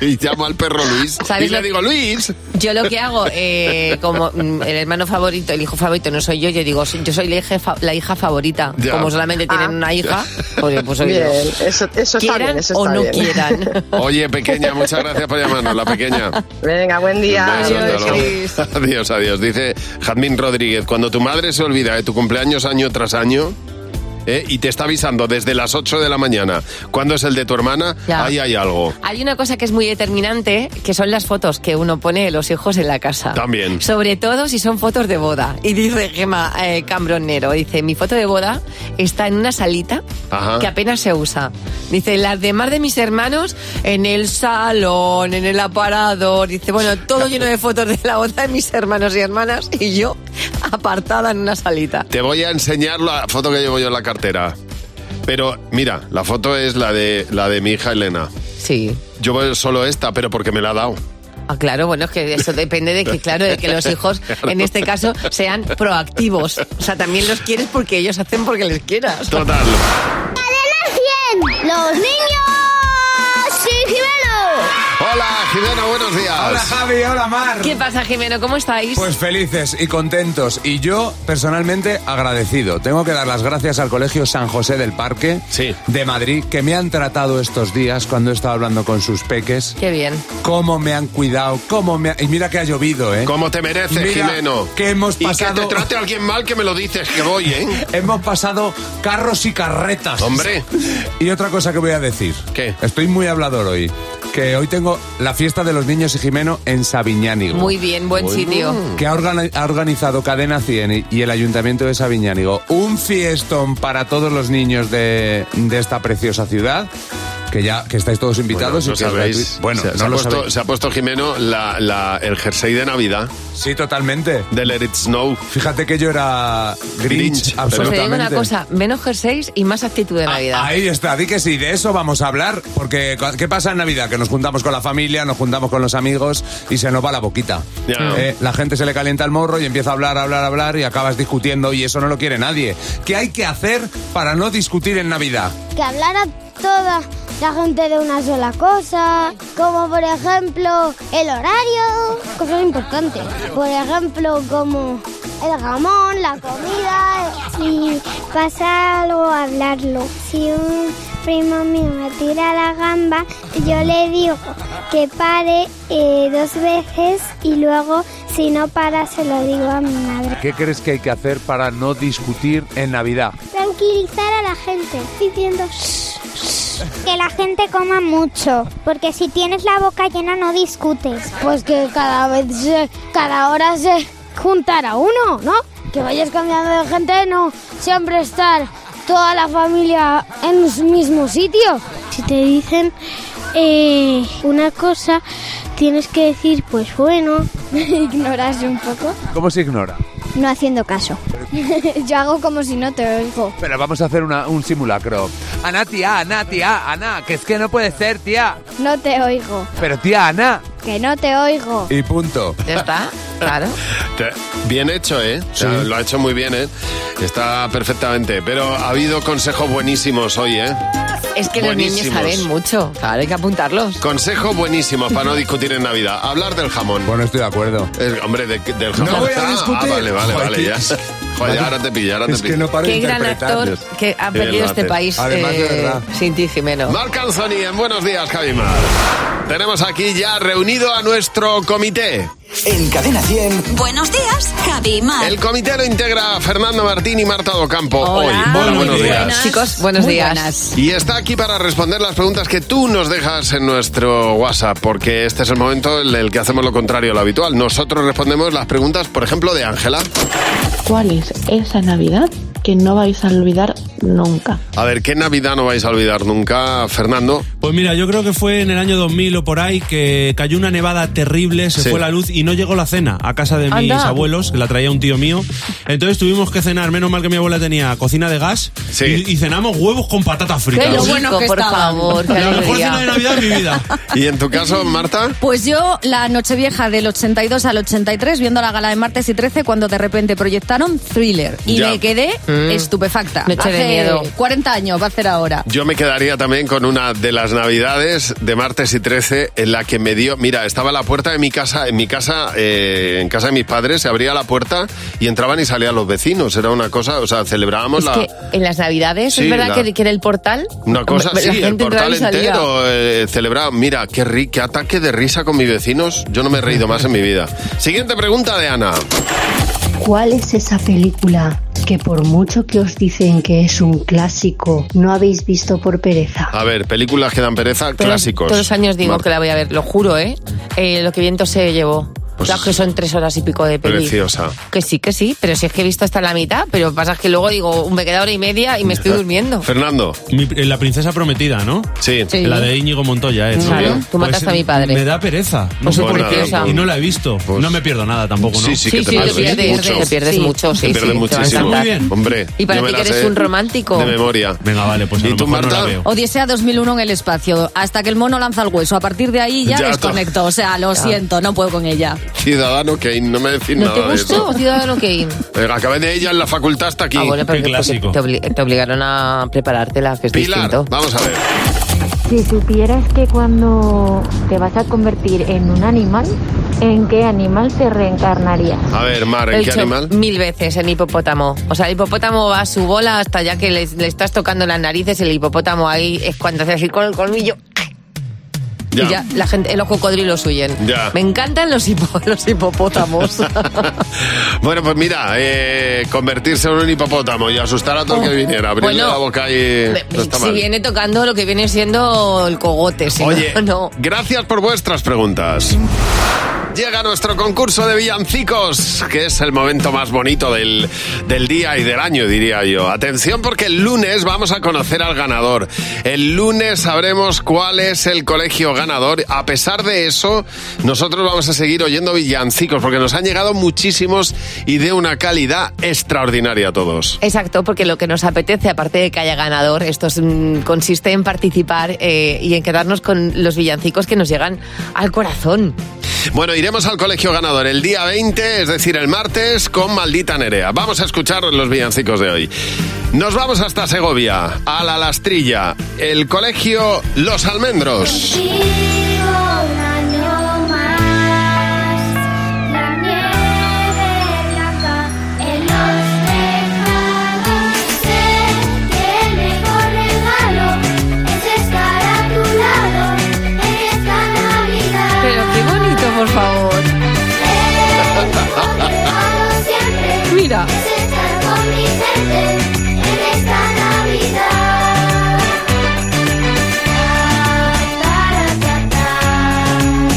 [SPEAKER 2] y llamo al perro Luis.
[SPEAKER 3] ¿Sabes
[SPEAKER 2] Y le
[SPEAKER 3] lo-
[SPEAKER 2] digo, Luis.
[SPEAKER 3] Yo lo que hago, eh, como mm, el hermano favorito, el hijo favorito no soy yo, yo digo, yo soy la hija, fa- la hija favorita.
[SPEAKER 28] Ya. Ah.
[SPEAKER 3] Como solamente tienen una hija, pues, pues soy
[SPEAKER 28] bien,
[SPEAKER 3] yo.
[SPEAKER 28] eso, eso está
[SPEAKER 3] Quieran
[SPEAKER 28] bien, eso
[SPEAKER 3] o
[SPEAKER 28] está
[SPEAKER 3] no
[SPEAKER 28] bien.
[SPEAKER 3] quieran.
[SPEAKER 2] Oye, pequeña, muchas gracias por llamarnos, la pequeña.
[SPEAKER 28] Venga, buen
[SPEAKER 2] Un
[SPEAKER 28] día.
[SPEAKER 2] beso, hasta luego. Adiós, adiós. Dice Jadmín Rodríguez, cuando tu madre se olvida de tu cumpleaños año tras año ¿eh? y te está avisando desde las 8 de la mañana, ¿cuándo es el de tu hermana?
[SPEAKER 3] Ya.
[SPEAKER 2] Ahí hay algo.
[SPEAKER 3] Hay una cosa que es muy determinante, que son las fotos que uno pone de los hijos en la casa.
[SPEAKER 2] También.
[SPEAKER 3] Sobre todo si son fotos de boda. Y dice Gemma eh, Cambronero, dice, mi foto de boda está en una salita
[SPEAKER 2] Ajá.
[SPEAKER 3] que apenas se usa. Dice, las demás de mis hermanos en el salón, en el aparador. Dice, bueno, todo lleno de fotos de la boda de mis hermanos y hermanas y yo apartada en una salita.
[SPEAKER 2] Te voy a enseñar la foto que llevo yo en la cartera. Pero mira, la foto es la de, la de mi hija Elena.
[SPEAKER 3] Sí.
[SPEAKER 2] Yo veo solo esta, pero porque me la ha dado.
[SPEAKER 3] Ah, claro, bueno, es que eso depende de que, claro, de que los hijos,
[SPEAKER 2] Claro.
[SPEAKER 3] en este caso, sean proactivos. O sea, también los quieres porque ellos hacen porque les quieras.
[SPEAKER 2] Total.
[SPEAKER 29] ¡Los niños! ¡Sí,
[SPEAKER 2] Hola, Jimeno, buenos días.
[SPEAKER 4] Hola, Javi, hola, Mar.
[SPEAKER 3] ¿Qué pasa, Jimeno? ¿Cómo estáis?
[SPEAKER 4] Pues felices y contentos. Y yo, personalmente, agradecido. Tengo que dar las gracias al Colegio San José del Parque de Madrid, que me han tratado estos días cuando he estado hablando con sus peques.
[SPEAKER 3] Qué bien.
[SPEAKER 4] Cómo me han cuidado, cómo me... ha- Y mira que ha llovido, ¿eh?
[SPEAKER 2] Cómo te mereces,
[SPEAKER 4] Mira
[SPEAKER 2] Jimeno.
[SPEAKER 4] que hemos
[SPEAKER 2] Y que
[SPEAKER 4] pasado...
[SPEAKER 2] te trate alguien mal que me lo dices, que voy, ¿eh?
[SPEAKER 4] Hemos pasado carros y carretas.
[SPEAKER 2] Hombre.
[SPEAKER 4] Y otra cosa que voy a decir. ¿Qué? Estoy muy hablador hoy. Que hoy tengo la fiesta de los niños y Jimeno en Sabiñánigo.
[SPEAKER 3] Muy bien, buen Muy sitio. bien.
[SPEAKER 4] Que ha, organ- ha organizado Cadena 100 y, y el Ayuntamiento de Sabiñánigo. Un fiestón para todos los niños de, de esta preciosa ciudad. Que ya que estáis todos invitados
[SPEAKER 2] no
[SPEAKER 4] y que es
[SPEAKER 2] sabéis.
[SPEAKER 4] gratuito. Bueno,
[SPEAKER 2] se,
[SPEAKER 4] no
[SPEAKER 2] se ha
[SPEAKER 4] lo
[SPEAKER 2] puesto,
[SPEAKER 4] sabéis.
[SPEAKER 2] se ha puesto Jimeno la- la- el jersey de Navidad.
[SPEAKER 4] Sí, totalmente.
[SPEAKER 2] De Let It Snow.
[SPEAKER 4] Fíjate que yo era Grinch,
[SPEAKER 3] Pues te digo
[SPEAKER 4] absolutamente. Ah,
[SPEAKER 3] una cosa, menos jerseys y más actitud de Navidad.
[SPEAKER 4] Ahí está, di que sí, de eso vamos a hablar, porque cu- ¿qué pasa en Navidad? Que nos juntamos con la familia, nos juntamos con los amigos y se nos va la boquita.
[SPEAKER 2] Ya.
[SPEAKER 4] Eh, la gente se le calienta el morro y empieza a hablar, hablar, hablar y acabas discutiendo y eso no lo quiere nadie. ¿Qué hay que hacer para no discutir en Navidad?
[SPEAKER 29] Que hablara toda la gente de una sola cosa, como por ejemplo el horario, cosas importantes. Por ejemplo, como el jamón, la comida. Si pasa algo, hablarlo. Si un primo mío me tira la gamba, yo le digo que pare eh, dos veces y luego, si no para, se lo digo a mi madre.
[SPEAKER 4] ¿Qué crees que hay que hacer para no discutir en Navidad?
[SPEAKER 29] Tranquilizar a la gente diciendo que la gente coma mucho, porque si tienes la boca llena no discutes. Pues que cada vez, se- cada hora se juntara uno, ¿no? Que vayas cambiando de gente, no siempre estar toda la familia en un mismo sitio. Si te dicen una cosa, tienes que decir, pues bueno, ignorarse un poco,
[SPEAKER 4] ¿Cómo se ignora?
[SPEAKER 29] no haciendo caso. Yo hago como si no te oigo.
[SPEAKER 4] Pero vamos a hacer un simulacro. Ana, tía, Ana, tía, Ana, que es que no puede ser, tía.
[SPEAKER 29] No te oigo.
[SPEAKER 4] Pero tía, Ana.
[SPEAKER 29] Que no te oigo.
[SPEAKER 4] Y punto.
[SPEAKER 3] Ya está, claro.
[SPEAKER 2] Te- Bien hecho, ¿eh? O sea, Lo ha hecho muy bien, ¿eh? Está perfectamente. Pero ha habido consejos buenísimos hoy, ¿eh?
[SPEAKER 3] Es que los niños
[SPEAKER 2] Buenísimos.
[SPEAKER 3] saben mucho. Claro, hay que apuntarlos.
[SPEAKER 2] Consejos buenísimos para no discutir en Navidad. Hablar del jamón. Eh,
[SPEAKER 4] Bueno, estoy de acuerdo.
[SPEAKER 2] hombre, de- del jamón.
[SPEAKER 4] voy a
[SPEAKER 2] Ah,
[SPEAKER 4] discutir.
[SPEAKER 2] Ah, vale, vale,
[SPEAKER 4] Joder,
[SPEAKER 2] vale,
[SPEAKER 4] que-
[SPEAKER 2] ya. Joder, ahora te pillo, ahora
[SPEAKER 4] Es
[SPEAKER 2] te
[SPEAKER 4] que no paro de
[SPEAKER 3] Qué gran
[SPEAKER 4] interpretarlos.
[SPEAKER 3] actor que ha
[SPEAKER 2] De
[SPEAKER 3] perdido
[SPEAKER 2] verdad,
[SPEAKER 3] este
[SPEAKER 2] eh.
[SPEAKER 3] país
[SPEAKER 2] Además, de verdad.
[SPEAKER 3] sin ti, Jimeno.
[SPEAKER 2] Marc Anthony en Buenos Días, Javimar. Tenemos aquí ya reunido a nuestro comité. En Cadena 100.
[SPEAKER 23] Buenos días, Javi y Mar.
[SPEAKER 2] El comité lo integra Fernando Martín y Marta Docampo hoy.
[SPEAKER 3] Hola,
[SPEAKER 2] buenos días.
[SPEAKER 3] Chicos, buenos
[SPEAKER 2] Muy
[SPEAKER 3] días.
[SPEAKER 2] Y está aquí para responder las preguntas que tú nos dejas en nuestro WhatsApp, porque este es el momento en el que hacemos lo contrario a lo habitual. Nosotros respondemos las preguntas, por ejemplo, de Ángela.
[SPEAKER 30] ¿Cuál es esa Navidad que no vais a olvidar nunca?
[SPEAKER 2] A ver, ¿qué Navidad no vais a olvidar nunca, Fernando?
[SPEAKER 18] Pues mira, yo creo que fue en el año 2000 o por ahí que cayó una nevada terrible, se
[SPEAKER 2] Sí.
[SPEAKER 18] fue la luz y no llegó la cena a casa de mis
[SPEAKER 2] Anda.
[SPEAKER 18] abuelos, que la traía un tío mío. Entonces tuvimos que cenar, menos mal que mi abuela tenía cocina de gas y, y cenamos huevos con patatas fritas.
[SPEAKER 19] lo bueno que
[SPEAKER 3] por
[SPEAKER 19] estaban.
[SPEAKER 3] favor, qué
[SPEAKER 18] la mejor
[SPEAKER 3] alegría.
[SPEAKER 18] cena de Navidad de mi vida.
[SPEAKER 2] ¿Y en tu caso, Marta?
[SPEAKER 19] Pues yo, la Nochevieja del 82 al 83, viendo la gala de martes y 13, cuando de repente proyectaron thriller. Y
[SPEAKER 2] Ya.
[SPEAKER 19] me quedé
[SPEAKER 2] Mm.
[SPEAKER 19] estupefacta.
[SPEAKER 2] Noche de
[SPEAKER 19] Hace
[SPEAKER 2] miedo.
[SPEAKER 19] 40 años va a ser ahora.
[SPEAKER 2] Yo me quedaría también con una de las navidades de martes y 13 en la que me dio, mira, estaba la puerta de mi casa, en mi casa, eh, en casa de mis padres, se abría la puerta y entraban y salían los vecinos, era una cosa, o sea, celebrábamos
[SPEAKER 3] Es
[SPEAKER 2] la...
[SPEAKER 3] que en las Navidades,
[SPEAKER 2] Sí,
[SPEAKER 3] ¿es verdad
[SPEAKER 2] la-
[SPEAKER 3] que, que era el portal?
[SPEAKER 2] Una cosa
[SPEAKER 3] La
[SPEAKER 2] así, el
[SPEAKER 3] gente entraba
[SPEAKER 2] portal
[SPEAKER 3] y salía.
[SPEAKER 2] entero eh, celebrado. Mira, qué, ri- qué ataque de risa con mis vecinos. Yo no me he reído más en mi vida. Siguiente pregunta de Ana.
[SPEAKER 31] ¿Cuál es esa película que por mucho que os dicen que es un clásico, no habéis visto por pereza?
[SPEAKER 2] A ver, películas que dan pereza,
[SPEAKER 3] Todos-
[SPEAKER 2] clásicos.
[SPEAKER 3] Todos los años digo
[SPEAKER 2] Marta.
[SPEAKER 3] que la voy a ver, lo juro, ¿eh? Eh, lo que viento se llevó.
[SPEAKER 2] Pues
[SPEAKER 3] Claro que son tres horas y pico de peli.
[SPEAKER 2] Preciosa.
[SPEAKER 3] Que sí, que sí, pero si es que he visto hasta la mitad, pero pasa que luego digo, "Uh, me queda hora y media y me estoy durmiendo.
[SPEAKER 2] Fernando.
[SPEAKER 18] eh, la princesa prometida, ¿no?
[SPEAKER 2] Sí.
[SPEAKER 3] Sí.
[SPEAKER 18] La de Íñigo Montoya, ¿eh?
[SPEAKER 3] Claro,
[SPEAKER 18] Pues
[SPEAKER 3] tú mataste a mi padre.
[SPEAKER 18] Me da pereza. No
[SPEAKER 2] Pues
[SPEAKER 18] sé por
[SPEAKER 2] nada,
[SPEAKER 18] qué.
[SPEAKER 2] pues-
[SPEAKER 18] Y no la he visto. no me pierdo nada tampoco, ¿no?
[SPEAKER 2] Sí, sí, que Sí, te sí, pierdes te pierdes, mucho. te pierdes mucho, sí,
[SPEAKER 18] Te
[SPEAKER 2] sí,
[SPEAKER 18] pierdes
[SPEAKER 2] te va a
[SPEAKER 18] muchísimo.
[SPEAKER 2] encantar. Muy bien. Hombre,
[SPEAKER 3] Y para ti
[SPEAKER 2] yo me
[SPEAKER 3] que
[SPEAKER 2] la
[SPEAKER 3] eres
[SPEAKER 2] sé
[SPEAKER 3] un romántico.
[SPEAKER 2] De memoria.
[SPEAKER 18] Venga, vale, pues
[SPEAKER 2] ¿Y tú, Marta?
[SPEAKER 3] Oh.
[SPEAKER 19] Odisea 2001 en el espacio, hasta que el mono lanza el hueso. A partir de ahí ya,
[SPEAKER 2] Ya,
[SPEAKER 19] desconecto. O sea, lo
[SPEAKER 2] Ya.
[SPEAKER 19] siento, no puedo con ella.
[SPEAKER 2] Ciudadano Kane, no me decís
[SPEAKER 3] ¿No
[SPEAKER 2] nada
[SPEAKER 3] te
[SPEAKER 2] de eso.
[SPEAKER 3] gustó, Ciudadano Kane?
[SPEAKER 2] Eh, Acabé de ella en la facultad hasta aquí.
[SPEAKER 3] Ah, bueno, pero que- porque Te, obli- te obligaron a preparártela, que es
[SPEAKER 2] Pilar,
[SPEAKER 3] distinto.
[SPEAKER 2] vamos a ver.
[SPEAKER 32] Si supieras que cuando te vas a convertir en un animal, ¿en qué animal te reencarnarías?
[SPEAKER 2] A ver, Mar,
[SPEAKER 3] Lo he
[SPEAKER 2] ¿en qué
[SPEAKER 3] dicho
[SPEAKER 2] animal?
[SPEAKER 3] Mil veces en hipopótamo. O sea, el hipopótamo va a su bola hasta ya que le, le estás tocando las narices. El hipopótamo ahí es cuando hace así con el colmillo.
[SPEAKER 2] Ya.
[SPEAKER 3] Y Mm, ya la gente, los cocodrilos huyen.
[SPEAKER 2] Ya.
[SPEAKER 3] Me encantan los, hipo- los hipopótamos.
[SPEAKER 2] Bueno, pues mira, eh, convertirse en un hipopótamo y asustar a todo el que viniera, abrirle
[SPEAKER 3] Bueno,
[SPEAKER 2] la boca y Eh, no está
[SPEAKER 3] si
[SPEAKER 2] mal.
[SPEAKER 3] viene tocando lo que viene siendo el cogote, Pues si
[SPEAKER 2] Oye,
[SPEAKER 3] no, no.
[SPEAKER 2] gracias por vuestras preguntas. Llega nuestro concurso de villancicos, que es el momento más bonito del, del día y del año, diría yo. Atención porque el lunes vamos a conocer al ganador. El lunes sabremos cuál es el colegio ganador. A pesar de eso, nosotros vamos a seguir oyendo villancicos, porque nos han llegado muchísimos y de una calidad extraordinaria a todos.
[SPEAKER 3] Exacto, porque lo que nos apetece, aparte de que haya ganador, esto es, mm, consiste en participar eh, y en quedarnos con los villancicos que nos llegan al corazón.
[SPEAKER 2] Bueno, iremos al colegio ganador el día 20, es decir, el martes, con Maldita Nerea. Vamos a escuchar los villancicos de hoy. Nos vamos hasta Segovia, a la Lastrilla, el colegio Los Almendros.
[SPEAKER 3] Pero qué bonito, por favor. Mira.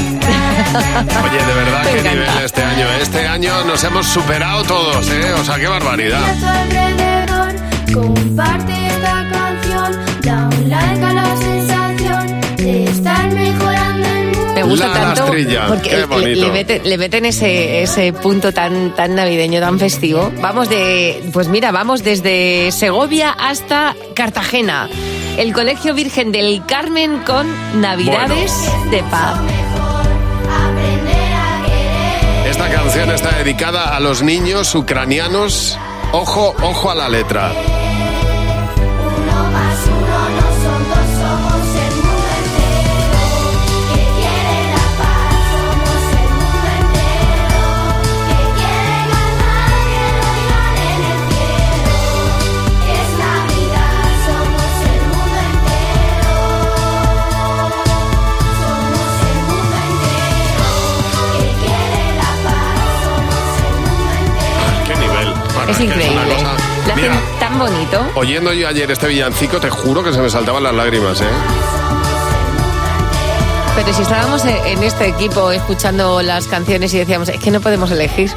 [SPEAKER 2] Oye, de verdad, qué nivel este año. Este año nos hemos superado todos, ¿eh? O sea, qué barbaridad.
[SPEAKER 33] alrededor, comparte esta canción, da un like a la sensación de estar mejorando el mundo.
[SPEAKER 3] Me gusta
[SPEAKER 2] La
[SPEAKER 3] tanto
[SPEAKER 2] Lastrilla,
[SPEAKER 3] porque
[SPEAKER 2] qué
[SPEAKER 3] le- le,
[SPEAKER 2] bonito.
[SPEAKER 3] meten, le meten ese, ese punto tan, tan navideño, tan festivo. Vamos de, pues mira, vamos desde Segovia hasta Cartagena. El Colegio Virgen del Carmen con Navidades de Paz.
[SPEAKER 2] Esta canción está dedicada a los niños ucranianos. Ojo, ojo a la letra.
[SPEAKER 33] Uno más uno no son dos, somos el mundo entero. Que quiere la paz, somos el mundo entero. Que quiere ganar, que lo oigan en el cielo. Es Navidad, somos el mundo entero. Somos el
[SPEAKER 2] Bueno,
[SPEAKER 3] es
[SPEAKER 2] que una
[SPEAKER 3] increíble.
[SPEAKER 2] cosa-
[SPEAKER 3] Lo hacen
[SPEAKER 2] Mira,
[SPEAKER 3] tan bonito.
[SPEAKER 2] oyendo yo ayer este villancico, te juro que se me saltaban las lágrimas, ¿eh?
[SPEAKER 3] Pero si estábamos en en este equipo escuchando las canciones y decíamos, es que no podemos elegir.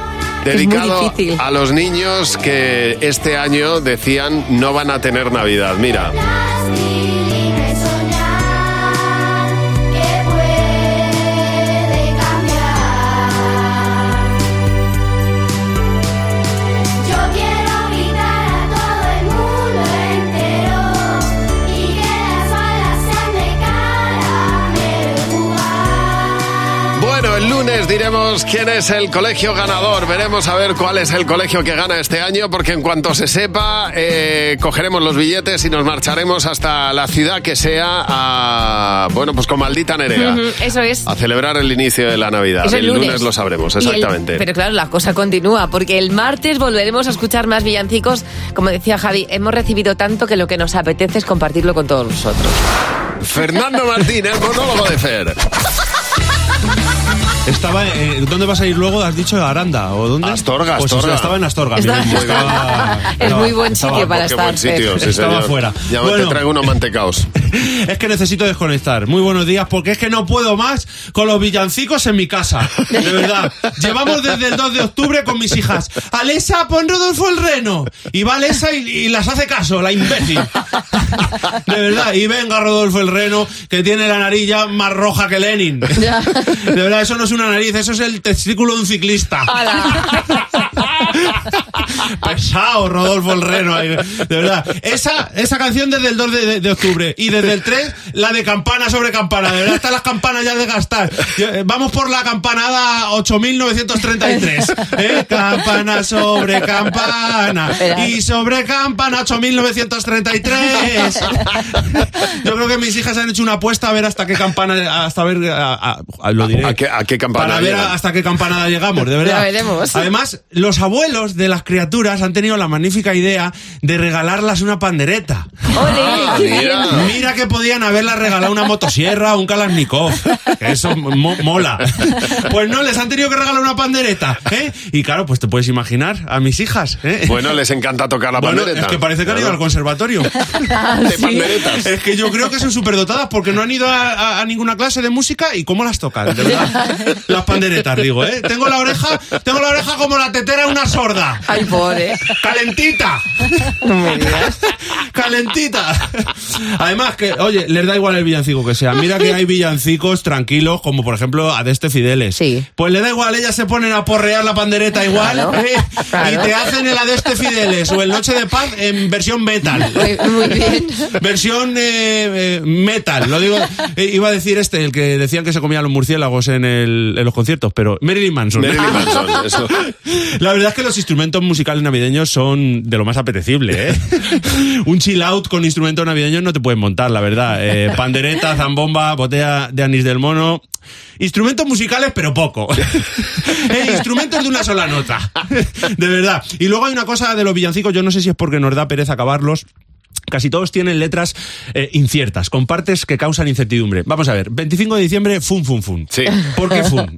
[SPEAKER 3] es muy
[SPEAKER 2] Dedicado
[SPEAKER 3] difícil.
[SPEAKER 2] a los niños que este año decían no van a tener Navidad. Mira,
[SPEAKER 33] soñar que puede cambiar. Yo quiero habitar a todo el mundo entero y que las balas sean de caramelo y jugar.
[SPEAKER 2] bueno, el lunes diremos quién es el colegio ganador. Veremos a ver cuál es el colegio que gana este año, porque en cuanto se sepa, eh, cogeremos los billetes y nos marcharemos hasta la ciudad que sea a, bueno, pues con maldita Nerea.
[SPEAKER 3] Ujú, Eso es.
[SPEAKER 2] A celebrar el inicio de la Navidad.
[SPEAKER 3] Eso es
[SPEAKER 2] Ah, el lunes. lo sabremos,
[SPEAKER 3] Y el-
[SPEAKER 2] exactamente.
[SPEAKER 3] pero claro, la cosa continúa, porque el martes volveremos a escuchar más villancicos. Como decía Javi, hemos recibido tanto que lo que nos apetece es compartirlo con todos nosotros.
[SPEAKER 2] Fernando Martín, el monólogo de Fer.
[SPEAKER 18] Estaba, eh, ¿Dónde vas a ir luego? ¿Has dicho Aranda? ¿O dónde? Astorga,
[SPEAKER 2] Astorga.
[SPEAKER 18] estaba en Astorga.
[SPEAKER 2] Está-
[SPEAKER 18] Miguel, estaba-
[SPEAKER 3] es muy buen
[SPEAKER 18] estaba-
[SPEAKER 3] sitio para estar. Fer.
[SPEAKER 18] Estaba fuera.
[SPEAKER 2] Ya
[SPEAKER 18] Bueno.
[SPEAKER 2] te traigo unos mantecaos.
[SPEAKER 18] Es que necesito desconectar. Muy buenos días, porque es que no puedo más con los villancicos en mi casa. De verdad. Llevamos desde el 2 de octubre con mis hijas. Alesa, pon Rodolfo el reno. Y va Alesa y, y las hace caso, la imbécil. De verdad. Y venga Rodolfo el reno, que tiene la nariz ya más roja que Lenin. De verdad, eso no es una nariz, eso es el testículo de un ciclista.
[SPEAKER 3] Ah,
[SPEAKER 18] Pesado, Rodolfo el Reno. ahí, De verdad. Esa, esa canción desde el 2 de, de- de octubre. Y desde el 3, la de campana sobre campana. De verdad, están las campanas ya de gastar. Yo, eh, Vamos por la campanada 8933. ¿eh? Campana sobre campana. Y sobre campana 8933. Yo creo que mis hijas han hecho una apuesta a ver hasta qué campana. Hasta ver. a- a- a- lo diré.
[SPEAKER 2] ¿A qué, a qué campana?
[SPEAKER 18] Para ver
[SPEAKER 2] llegan?
[SPEAKER 18] hasta qué campanada llegamos, de verdad.
[SPEAKER 2] Ya veremos.
[SPEAKER 18] Además, los abuelos de las criaturas han tenido la magnífica idea de regalarlas una pandereta.
[SPEAKER 2] Ah, mira.
[SPEAKER 18] Mira que podían haberlas regalado una motosierra o un Kalashnikov. que Eso mo- mola. Pues no, les han tenido que regalar una pandereta. ¿eh? Y claro, pues te puedes imaginar a mis hijas. ¿eh?
[SPEAKER 2] Bueno, les encanta tocar Pues, la
[SPEAKER 18] Bueno,
[SPEAKER 2] pandereta.
[SPEAKER 18] Es que parece que han ido al
[SPEAKER 2] Claro. Ah, Eh,
[SPEAKER 18] conservatorio.
[SPEAKER 2] De panderetas.
[SPEAKER 18] Es que yo creo que son superdotadas porque no han ido a, a- a ninguna clase de música y cómo las tocan, de verdad. Las panderetas, digo, ¿eh? Tengo la oreja, tengo la oreja como la tetera de una sorda.
[SPEAKER 3] Ay, pobre.
[SPEAKER 18] Calentita. Calentita. Además que, oye, les da igual el villancico que sea. Mira que hay villancicos tranquilos, como por ejemplo Adeste Fideles. Sí. Pues le da igual, ellas se ponen a porrear la pandereta igual
[SPEAKER 19] Claro,
[SPEAKER 18] ¿eh?
[SPEAKER 19] claro.
[SPEAKER 18] y te hacen el Adeste Fideles o el Noche de Paz en versión metal.
[SPEAKER 19] Muy- muy bien.
[SPEAKER 18] Versión eh, eh, metal, lo digo. eh, iba a decir este, el que decían que se comían los murciélagos en, el- en los conciertos, pero Marilyn Manson.
[SPEAKER 3] Ah.
[SPEAKER 2] Marilyn Manson, eso.
[SPEAKER 18] La verdad es que los instrumentos musicales navideños son de lo más apetecible, ¿eh? Un chill out con instrumentos navideños no te pueden montar, la verdad. Eh, pandereta, zambomba, botella de anís del mono. Instrumentos musicales, pero poco. Eh, instrumentos de una sola nota. De verdad. Y luego hay una cosa de los villancicos, yo no sé si es porque nos da pereza acabarlos. Casi todos tienen letras eh, inciertas, con partes que causan incertidumbre. Vamos a ver, 25 de diciembre, fun, fun, fun.
[SPEAKER 2] Sí.
[SPEAKER 18] ¿Por qué fun?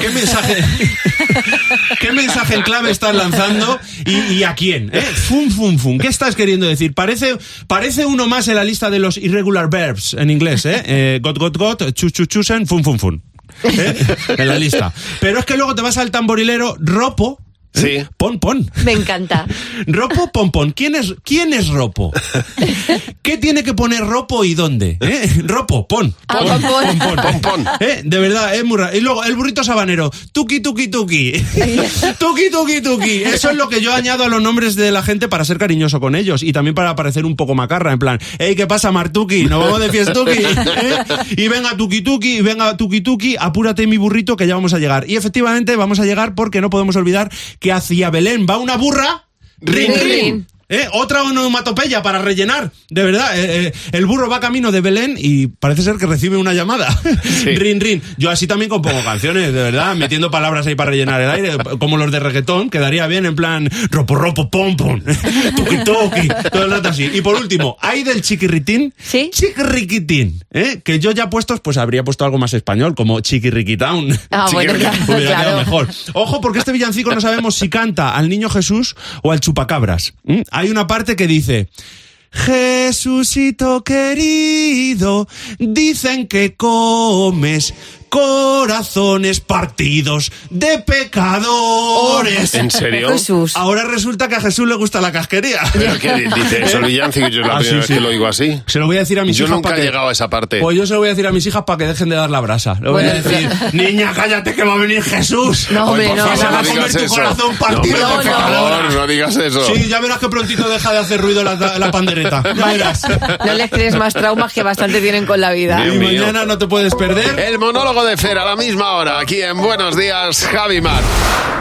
[SPEAKER 18] ¿Qué mensaje, ¿Qué mensaje en clave estás lanzando y, y a quién? ¿Eh? Fun, fun, fun. ¿Qué estás queriendo decir? Parece, parece uno más en la lista de los irregular verbs en inglés, ¿eh? Eh, got, got, got, chus, chus, chusen, fun, fun, fun. ¿Eh? En la lista. Pero es que luego te vas al tamborilero ropo. ¿eh?
[SPEAKER 2] Sí.
[SPEAKER 18] Pon, pon.
[SPEAKER 3] Me encanta.
[SPEAKER 18] Ropo Pompón. ¿Quién es, ¿Quién es Ropo? ¿Qué tiene que poner Ropo y dónde? ¿Eh? Ropo, pon.
[SPEAKER 3] Ah,
[SPEAKER 18] Pon,
[SPEAKER 3] pon,
[SPEAKER 18] pon, pon. ¿Eh? De verdad, es muy raro. Y luego, el burrito sabanero. Tuki, tuki, tuki. tuki, tuki, tuki. Eso es lo que yo añado a los nombres de la gente para ser cariñoso con ellos y también para parecer un poco macarra. En plan, hey, ¿qué pasa, Martuki? Nos vamos de fiestuki. ¿Eh? Y venga, tuki, tuki, y venga, tuki, tuki. Apúrate, mi burrito, que ya vamos a llegar. Y efectivamente, vamos a llegar porque no podemos olvidar que hacia Belén va una burra. Rin, rin. ¿Eh? Otra onomatopeya para rellenar. De verdad, eh, eh, el burro va camino de Belén y parece ser que recibe una llamada. rin, rin. Yo así también compongo canciones, de verdad, metiendo palabras ahí para rellenar el aire, como los de reggaetón, quedaría bien en plan ropo, ropo, pom, pom, tuki, tuki, todo el rato así. Y por último, hay del chiquirritín, chiquirriquitín, ¿eh? que yo ya puestos, pues habría puesto algo más español, como chiquirriquitown.
[SPEAKER 19] Ah, bueno,
[SPEAKER 18] Chiquirriquitín,
[SPEAKER 19] claro,
[SPEAKER 18] hubiera quedado
[SPEAKER 19] claro.
[SPEAKER 18] mejor. Ojo, porque este villancico no sabemos si canta al niño Jesús o al chupacabras. ¿Mm? Hay una parte que dice. Jesucito querido, dicen que comes corazones partidos de pecadores.
[SPEAKER 2] ¿En serio? Jesús.
[SPEAKER 18] Ahora resulta que a Jesús le gusta la casquería.
[SPEAKER 2] ¿Pero qué di- dice eso el villancico? Yo es la
[SPEAKER 18] Ah, sí,
[SPEAKER 2] primera vez
[SPEAKER 18] sí.
[SPEAKER 2] que lo oigo así.
[SPEAKER 18] Se lo voy a decir a mis
[SPEAKER 2] Yo
[SPEAKER 18] hijas
[SPEAKER 2] nunca
[SPEAKER 18] pa'
[SPEAKER 2] he
[SPEAKER 18] que-
[SPEAKER 2] llegado a esa parte.
[SPEAKER 18] Pues yo se lo voy a decir a mis hijas para que dejen de dar la brasa. Le voy a
[SPEAKER 2] Bueno,
[SPEAKER 18] decir, niña, cállate que va a venir Jesús.
[SPEAKER 2] No, hombre,
[SPEAKER 18] Ay, por
[SPEAKER 2] no,
[SPEAKER 18] favor,
[SPEAKER 2] no,
[SPEAKER 18] vas
[SPEAKER 2] no
[SPEAKER 18] a comer
[SPEAKER 2] digas
[SPEAKER 18] tu
[SPEAKER 2] eso.
[SPEAKER 18] corazón
[SPEAKER 2] No,
[SPEAKER 18] partido.
[SPEAKER 2] hombre,
[SPEAKER 18] de
[SPEAKER 2] por
[SPEAKER 18] pecadores.
[SPEAKER 2] favor, no digas eso.
[SPEAKER 18] Sí, ya verás que prontito deja de hacer ruido la, la pandereta. Ya verás.
[SPEAKER 3] No les crees más traumas que bastante tienen con la vida.
[SPEAKER 18] Y mañana no te puedes perder.
[SPEAKER 2] El monólogo de Fer a la misma hora, aquí en Buenos Días, Javi Mar.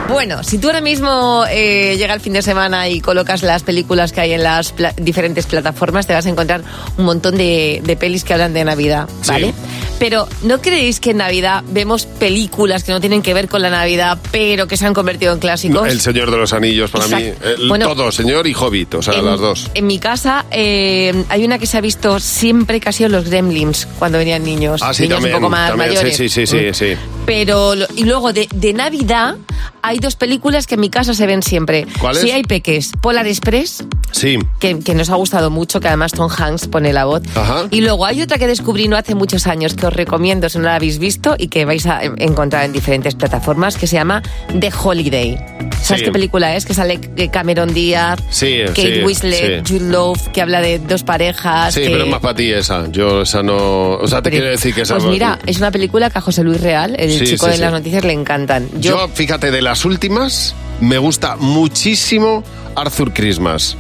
[SPEAKER 3] Bueno, si tú ahora mismo eh, llega el fin de semana y colocas las películas que hay en las pla- diferentes plataformas, te vas a encontrar un montón de, de pelis que hablan de Navidad,
[SPEAKER 19] Sí.
[SPEAKER 3] ¿vale? Pero ¿no creéis que en Navidad vemos películas que no tienen que ver con la Navidad, pero que se han convertido en clásicos?
[SPEAKER 2] El Señor de los Anillos para
[SPEAKER 3] Exacto.
[SPEAKER 2] mí. El-
[SPEAKER 3] Bueno,
[SPEAKER 2] todo, Señor y Hobbit, o sea, las dos.
[SPEAKER 3] En mi casa eh, hay una que se ha visto siempre que ha sido los gremlins cuando venían niños.
[SPEAKER 2] Ah, sí,
[SPEAKER 3] niños
[SPEAKER 2] también.
[SPEAKER 3] un poco más
[SPEAKER 2] también,
[SPEAKER 3] mayores.
[SPEAKER 2] Sí, sí, sí, sí. sí.
[SPEAKER 3] Pero, lo- y luego de, de Navidad hay dos películas que en mi casa se ven siempre.
[SPEAKER 2] ¿Cuáles?
[SPEAKER 3] Si hay peques, Polar Express,
[SPEAKER 2] Sí.
[SPEAKER 3] que, que nos ha gustado mucho, que además Tom Hanks pone la voz.
[SPEAKER 2] Ajá.
[SPEAKER 3] Y luego hay otra que descubrí no hace muchos años, que os recomiendo si no la habéis visto y que vais a en- encontrar en diferentes plataformas, que se llama The Holiday. ¿Sabes
[SPEAKER 2] Sí.
[SPEAKER 3] qué película es? Que sale eh, Cameron Díaz,
[SPEAKER 2] Sí, eh,
[SPEAKER 3] Kate
[SPEAKER 2] sí,
[SPEAKER 3] Winslet,
[SPEAKER 2] sí.
[SPEAKER 3] Jude Law, que habla de dos parejas.
[SPEAKER 2] Sí,
[SPEAKER 3] que-
[SPEAKER 2] pero es más para ti esa. Yo esa no. O sea, te
[SPEAKER 3] Pero-
[SPEAKER 2] quiero decir que esa.
[SPEAKER 3] Pues mira, es una película que a José Luis Real, el
[SPEAKER 2] Sí,
[SPEAKER 3] chico
[SPEAKER 2] sí,
[SPEAKER 3] de
[SPEAKER 2] sí.
[SPEAKER 3] las noticias, le encantan.
[SPEAKER 2] Yo, fíjate, de las últimas, me gusta muchísimo Arthur Christmas.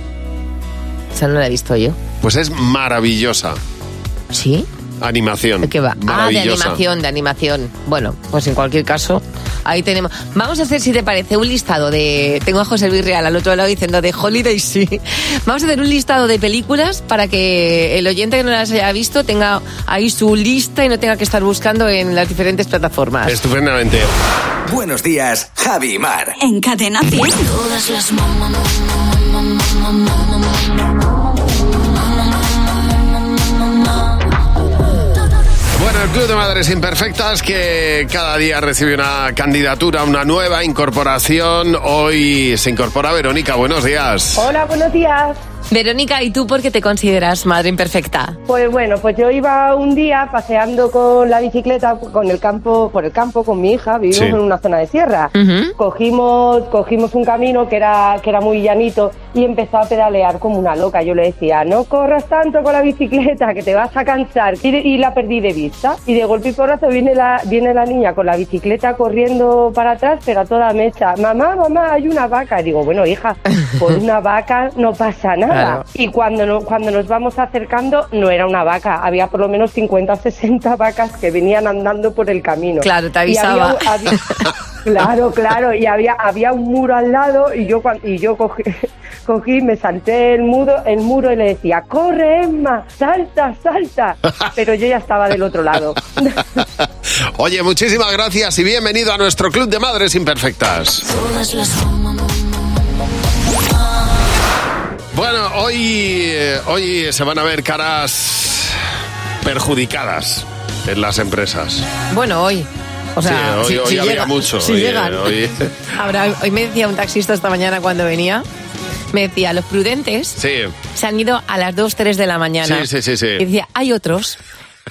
[SPEAKER 3] Esa no la he visto yo.
[SPEAKER 2] Pues es maravillosa.
[SPEAKER 3] ¿Sí?
[SPEAKER 2] Animación.
[SPEAKER 3] ¿Qué va? Ah, de
[SPEAKER 2] Mm, Maravillosa.
[SPEAKER 3] animación, de animación. Bueno, pues en cualquier caso, ahí tenemos. Vamos a hacer, si te parece, un listado de. Tengo a José Luis Real al otro lado diciendo de Holiday, sí. Vamos a hacer un listado de películas para que el oyente que no las haya visto tenga ahí su lista y no tenga que estar buscando en las diferentes plataformas.
[SPEAKER 2] Estupendamente.
[SPEAKER 1] Buenos días, Javi y Mar.
[SPEAKER 23] En cadena 100.
[SPEAKER 19] Todas las
[SPEAKER 2] Bueno, el Club de Madres Imperfectas que cada día recibe una candidatura, una nueva incorporación. Hoy se incorpora Verónica. Buenos días.
[SPEAKER 5] Hola, buenos días.
[SPEAKER 3] Verónica, ¿y tú por qué te consideras madre imperfecta?
[SPEAKER 5] Pues bueno, pues yo iba un día paseando con la bicicleta con el campo, por el campo con mi hija, vivimos
[SPEAKER 34] Sí.
[SPEAKER 5] en una zona de sierra. Cogimos, cogimos un camino que era, que era muy llanito y empezó a pedalear como una loca. Yo le decía, no corras tanto con la bicicleta, que te vas a cansar. Y, de- y la perdí de vista. Y de golpe y porrazo viene la, viene la niña con la bicicleta corriendo para atrás, pero a toda mecha. Mamá, mamá, hay una vaca. Y digo, bueno, hija, por una vaca no pasa nada.
[SPEAKER 34] Claro.
[SPEAKER 5] Y cuando, no- cuando nos vamos acercando, no era una vaca, había por lo menos 50 o 60 vacas que venían andando por el camino.
[SPEAKER 3] Claro, te
[SPEAKER 5] Y había-
[SPEAKER 3] avisaba.
[SPEAKER 5] había- claro, claro, y había, había un muro al lado y yo, cuan- y yo cogí, cogí, me salté el muro, el muro y le decía, corre Emma, salta, salta. Pero yo ya estaba del otro lado.
[SPEAKER 2] Oye, muchísimas gracias y bienvenido a nuestro Club de Madres Imperfectas. Bueno, hoy, eh, hoy se van a ver caras perjudicadas en las empresas.
[SPEAKER 3] Bueno, hoy. O sea,
[SPEAKER 2] Sí, hoy,
[SPEAKER 3] si-
[SPEAKER 2] hoy
[SPEAKER 3] si
[SPEAKER 2] había
[SPEAKER 3] llega-
[SPEAKER 2] mucho.
[SPEAKER 3] si
[SPEAKER 2] hoy,
[SPEAKER 3] llegan.
[SPEAKER 2] eh, hoy-
[SPEAKER 3] Ahora, hoy me decía un taxista esta mañana cuando venía, me decía, los prudentes
[SPEAKER 2] sí.
[SPEAKER 3] se han ido a las 2, 3 de la mañana.
[SPEAKER 2] Sí, sí, sí, sí.
[SPEAKER 3] Y decía, hay otros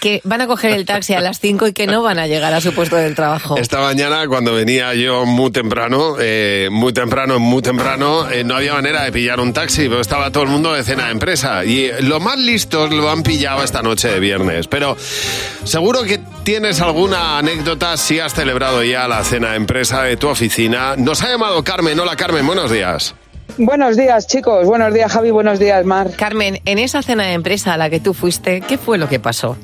[SPEAKER 3] que van a coger el taxi a las 5 y que no van a llegar a su puesto de
[SPEAKER 34] Oh.
[SPEAKER 3] trabajo.
[SPEAKER 2] Esta mañana, cuando venía yo muy temprano, eh, muy temprano, muy temprano, eh, no había manera de pillar un taxi, pero estaba todo el mundo de cena de empresa. Y eh, los más listos lo han pillado esta noche de viernes. Pero seguro que tienes alguna anécdota si has celebrado ya la cena de empresa de tu oficina. Nos ha llamado Carmen. Hola, Carmen, buenos días.
[SPEAKER 34] Buenos días, chicos. Buenos días, Javi. Buenos días, Mar.
[SPEAKER 3] Carmen, en esa cena de empresa a la que tú fuiste, ¿qué fue lo que pasó?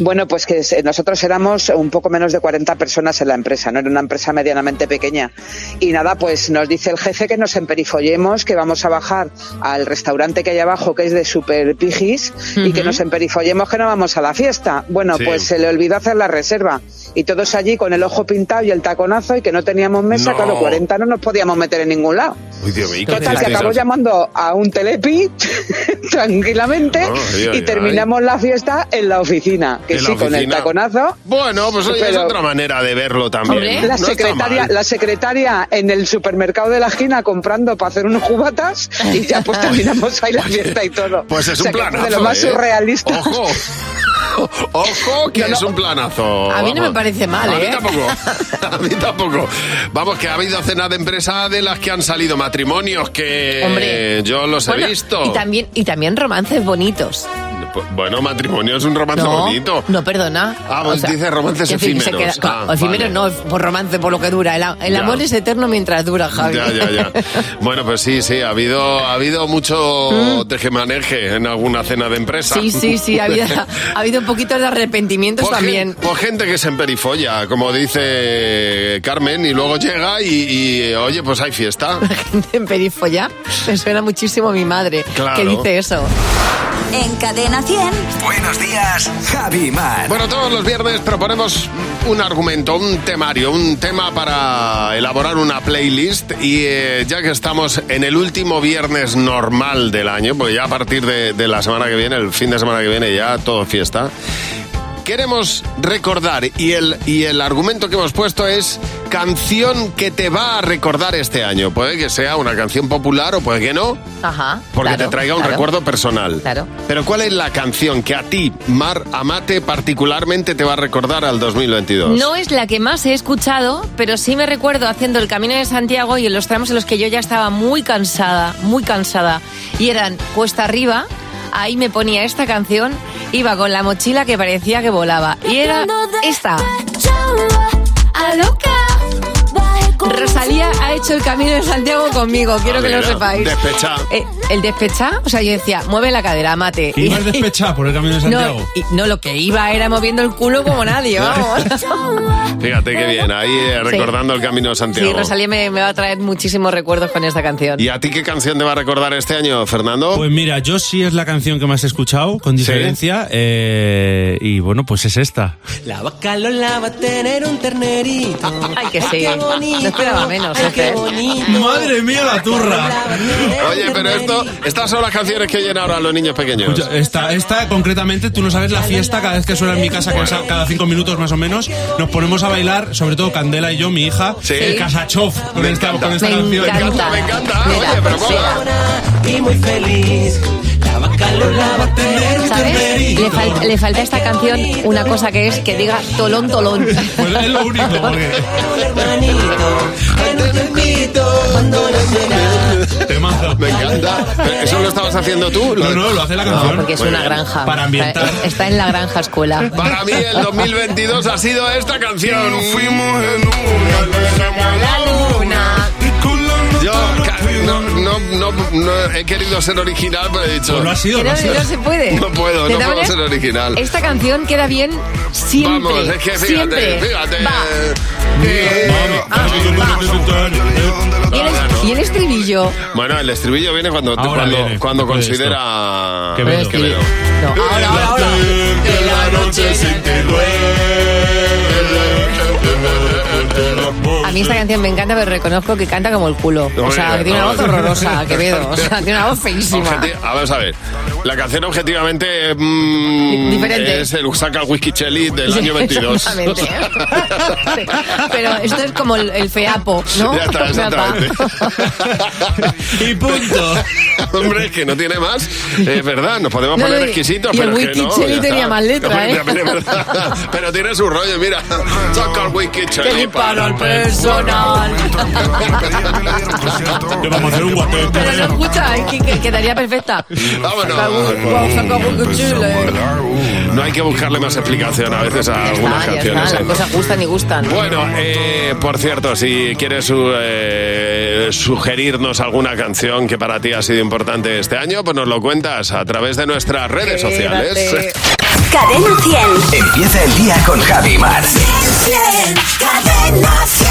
[SPEAKER 34] Bueno, pues que se- nosotros éramos un poco menos de 40 personas en la empresa, ¿no? Era una empresa medianamente pequeña. Y nada, pues nos dice el jefe que nos emperifollemos, que vamos a bajar al restaurante que hay abajo, que es de super pijis, y que
[SPEAKER 7] Ujú.
[SPEAKER 34] nos emperifollemos, que no vamos a la fiesta. Bueno,
[SPEAKER 7] Sí.
[SPEAKER 34] pues se le olvidó hacer la reserva. Y todos allí con el ojo pintado y el taconazo y que no teníamos mesa,
[SPEAKER 2] No.
[SPEAKER 34] claro, 40 no nos podíamos meter en ningún lado.
[SPEAKER 2] Uy, Dios mío, ¿y qué
[SPEAKER 34] Total, que
[SPEAKER 2] hicisteis?
[SPEAKER 34] acabó llamando a un telepi tranquilamente
[SPEAKER 2] Oh, ay, ay,
[SPEAKER 34] y terminamos la fiesta en la oficina. Que
[SPEAKER 2] En la
[SPEAKER 34] sí, con el
[SPEAKER 2] oficina.
[SPEAKER 34] taconazo.
[SPEAKER 2] Bueno, pues oye, es
[SPEAKER 34] pero-
[SPEAKER 2] otra manera de verlo también. No
[SPEAKER 34] La
[SPEAKER 2] está
[SPEAKER 34] secretaria,
[SPEAKER 2] mal.
[SPEAKER 34] la secretaria en el supermercado de la esquina comprando para hacer unos cubatas y ya pues terminamos ahí la fiesta y todo.
[SPEAKER 2] Pues es
[SPEAKER 34] O sea,
[SPEAKER 2] un
[SPEAKER 34] que fue
[SPEAKER 2] planazo.
[SPEAKER 34] de lo más
[SPEAKER 2] ¿eh?
[SPEAKER 34] surrealista.
[SPEAKER 2] Ojo. Ojo, que es un planazo.
[SPEAKER 3] A mí no
[SPEAKER 2] Vamos.
[SPEAKER 3] me parece mal,
[SPEAKER 2] A mí
[SPEAKER 3] ¿eh?
[SPEAKER 2] tampoco. A mí tampoco. Vamos, que ha habido cenas de empresa de las que han salido matrimonios, que
[SPEAKER 3] Hombre.
[SPEAKER 2] yo los
[SPEAKER 3] Bueno,
[SPEAKER 2] Pues he visto.
[SPEAKER 3] Y también, y también romances bonitos.
[SPEAKER 2] Pues, Bueno, matrimonio es un romance
[SPEAKER 3] no,
[SPEAKER 2] bonito.
[SPEAKER 3] no, perdona.
[SPEAKER 2] Ah, vos dices romances
[SPEAKER 3] quiero decir que se
[SPEAKER 2] efímeros.
[SPEAKER 3] queda- claro,
[SPEAKER 2] Ah,
[SPEAKER 3] efímeros no, por romance, por lo que dura. El, a- el
[SPEAKER 2] Ya.
[SPEAKER 3] amor es eterno mientras dura, Javi.
[SPEAKER 2] Ya, ya, ya. Bueno, pues sí, sí, ha habido, ha habido mucho tejemaneje en alguna cena de empresa.
[SPEAKER 3] Mm. Sí, sí, sí, ha habido, ha habido un poquito de arrepentimientos también.
[SPEAKER 2] Por pues gente que se emperifolla, como dice Carmen, y luego llega y, y, oye, pues hay fiesta.
[SPEAKER 3] En perifolla me suena muchísimo a mi madre
[SPEAKER 2] Claro.
[SPEAKER 3] que dice eso.
[SPEAKER 23] En Cadena 100.
[SPEAKER 1] Buenos días, Javi Mar.
[SPEAKER 2] Bueno, todos los viernes proponemos un argumento, un temario, un tema para elaborar una playlist y eh, ya que estamos en el último viernes normal del año, porque ya a partir de, de la semana que viene, el fin de semana que viene ya todo fiesta, queremos recordar y el, y el argumento que hemos puesto es canción que te va a recordar este año. Puede que sea una canción popular o puede que no,
[SPEAKER 3] Ajá.
[SPEAKER 2] porque
[SPEAKER 3] claro,
[SPEAKER 2] te traiga un
[SPEAKER 3] claro.
[SPEAKER 2] recuerdo personal.
[SPEAKER 3] Claro.
[SPEAKER 2] Pero ¿cuál es la canción que a ti, Mar Amate, particularmente te va a recordar al 2022?
[SPEAKER 3] No es la que más he escuchado, pero sí me recuerdo haciendo el Camino de Santiago y en los tramos en los que yo ya estaba muy cansada, muy cansada, y eran cuesta arriba, ahí me ponía esta canción, iba con la mochila que parecía que volaba, y era esta. Rosalía ha hecho el Camino de Santiago conmigo, quiero que lo sepáis.
[SPEAKER 2] Despechá.
[SPEAKER 3] Eh, el despechá, o sea, yo decía, mueve la cadera, mate.
[SPEAKER 18] Y más despechada por el camino de Santiago.
[SPEAKER 3] No, y- no, lo que iba era moviendo el culo como nadie, vamos.
[SPEAKER 2] Fíjate qué bien, ahí eh,
[SPEAKER 3] Sí.
[SPEAKER 2] recordando el camino de
[SPEAKER 3] Sí,
[SPEAKER 2] Santiago.
[SPEAKER 3] Rosalía me, me va a traer muchísimos recuerdos con esta canción.
[SPEAKER 2] ¿Y a ti qué canción te va a recordar este año, Fernando?
[SPEAKER 18] Pues mira, yo sí es la canción que más he escuchado, con diferencia, eh, y bueno, pues es esta.
[SPEAKER 10] La vaca Lola va a tener un ternerito.
[SPEAKER 3] Ay, que sí.
[SPEAKER 10] qué bonito.
[SPEAKER 3] No esperaba menos, ¿eh?
[SPEAKER 10] Ay, qué
[SPEAKER 3] Ángel.
[SPEAKER 10] bonito.
[SPEAKER 18] Madre mía, la turra.
[SPEAKER 2] Oye, pero esto, estas son las canciones que oyen ahora los niños pequeños.
[SPEAKER 18] Escucha, Esta, esta concretamente, tú no sabes la fiesta cada vez que suena en mi casa, cada, cada cinco minutos más o menos, nos ponemos a bailar, sobre todo Candela y yo, mi hija, el Kasachov con esta, con esta canción.
[SPEAKER 2] Me encanta, oye, pero mola.
[SPEAKER 10] Y muy feliz. La vaca Lola va a tener un
[SPEAKER 3] ¿Sabes?
[SPEAKER 10] ternerito.
[SPEAKER 3] Le, fal- le falta a esta canción una cosa que es que diga tolón, tolón.
[SPEAKER 18] Pues es lo único, porque...
[SPEAKER 10] En un tiempito, cuando no será.
[SPEAKER 2] Me encanta. Pero ¿Eso lo estabas haciendo tú?
[SPEAKER 18] No, no, lo hace la canción.
[SPEAKER 3] Porque es
[SPEAKER 2] Muy
[SPEAKER 3] una
[SPEAKER 2] bien.
[SPEAKER 3] granja.
[SPEAKER 18] Para ambientar.
[SPEAKER 3] Está en la granja escuela.
[SPEAKER 2] Para mí el 2022 ha sido esta canción. fuimos en Yo ca- no, no, no, no he querido ser original, pero he dicho...
[SPEAKER 18] Pues lo ha sido,
[SPEAKER 3] Que no, no se puede.
[SPEAKER 2] No puedo,
[SPEAKER 3] De
[SPEAKER 2] no
[SPEAKER 3] todas
[SPEAKER 2] puedo
[SPEAKER 3] maneras,
[SPEAKER 2] ser original.
[SPEAKER 3] Esta canción queda bien siempre.
[SPEAKER 2] Vamos, es que fíjate,
[SPEAKER 3] siempre.
[SPEAKER 2] fíjate. Eh,
[SPEAKER 3] Va. Y el, est- y el estribillo.
[SPEAKER 2] Bueno, el estribillo viene cuando,
[SPEAKER 18] Ahora
[SPEAKER 2] cuando,
[SPEAKER 18] viene,
[SPEAKER 2] cuando
[SPEAKER 18] después de
[SPEAKER 2] considera...
[SPEAKER 18] Qué bello.
[SPEAKER 2] Quevedo.
[SPEAKER 3] Ahora, ahora, ahora.
[SPEAKER 10] Que la noche sin ti
[SPEAKER 3] A mí esta canción me encanta, pero reconozco que canta como el culo. O sea, que tiene una voz horrorosa, Quevedo. O sea, tiene una voz feísima.
[SPEAKER 2] Objeti- a ver, a ver. La canción objetivamente mm,
[SPEAKER 3] Di- diferente.
[SPEAKER 2] es el Saca el Whisky Chelly del
[SPEAKER 3] Sí,
[SPEAKER 2] año 22.
[SPEAKER 3] exactamente. Pero esto es como el, el feapo, ¿no? Pues
[SPEAKER 2] Ya está, exactamente.
[SPEAKER 3] Ah,
[SPEAKER 18] y punto.
[SPEAKER 2] Hombre, es que no tiene más. Es verdad, nos podemos
[SPEAKER 3] No,
[SPEAKER 2] poner
[SPEAKER 3] no, y-
[SPEAKER 2] exquisitos,
[SPEAKER 3] y el
[SPEAKER 2] pero es que
[SPEAKER 3] whisky
[SPEAKER 2] no.
[SPEAKER 3] chili
[SPEAKER 2] ya
[SPEAKER 3] tenía
[SPEAKER 2] está.
[SPEAKER 3] más letra,
[SPEAKER 2] Hombre,
[SPEAKER 3] ¿eh?
[SPEAKER 2] también es verdad. Pero tiene su rollo, mira. Saca el whisky Chelly.
[SPEAKER 18] Que vamos a hacer un guapete. ¿eh?
[SPEAKER 3] Pero lo escucha, es que, que quedaría perfecta.
[SPEAKER 2] Vámonos. No hay que buscarle más explicación a veces a algunas
[SPEAKER 3] Ah, ya está,
[SPEAKER 2] canciones.
[SPEAKER 3] las
[SPEAKER 2] ¿eh?
[SPEAKER 3] cosas gustan y gustan.
[SPEAKER 2] Bueno, eh, por cierto, si quieres su- eh, sugerirnos alguna canción que para ti ha sido importante este año, pues nos lo cuentas a través de nuestras redes sociales.
[SPEAKER 35] Cadena 100.
[SPEAKER 10] Empieza el día con Javi Mar.
[SPEAKER 35] Cadena 100.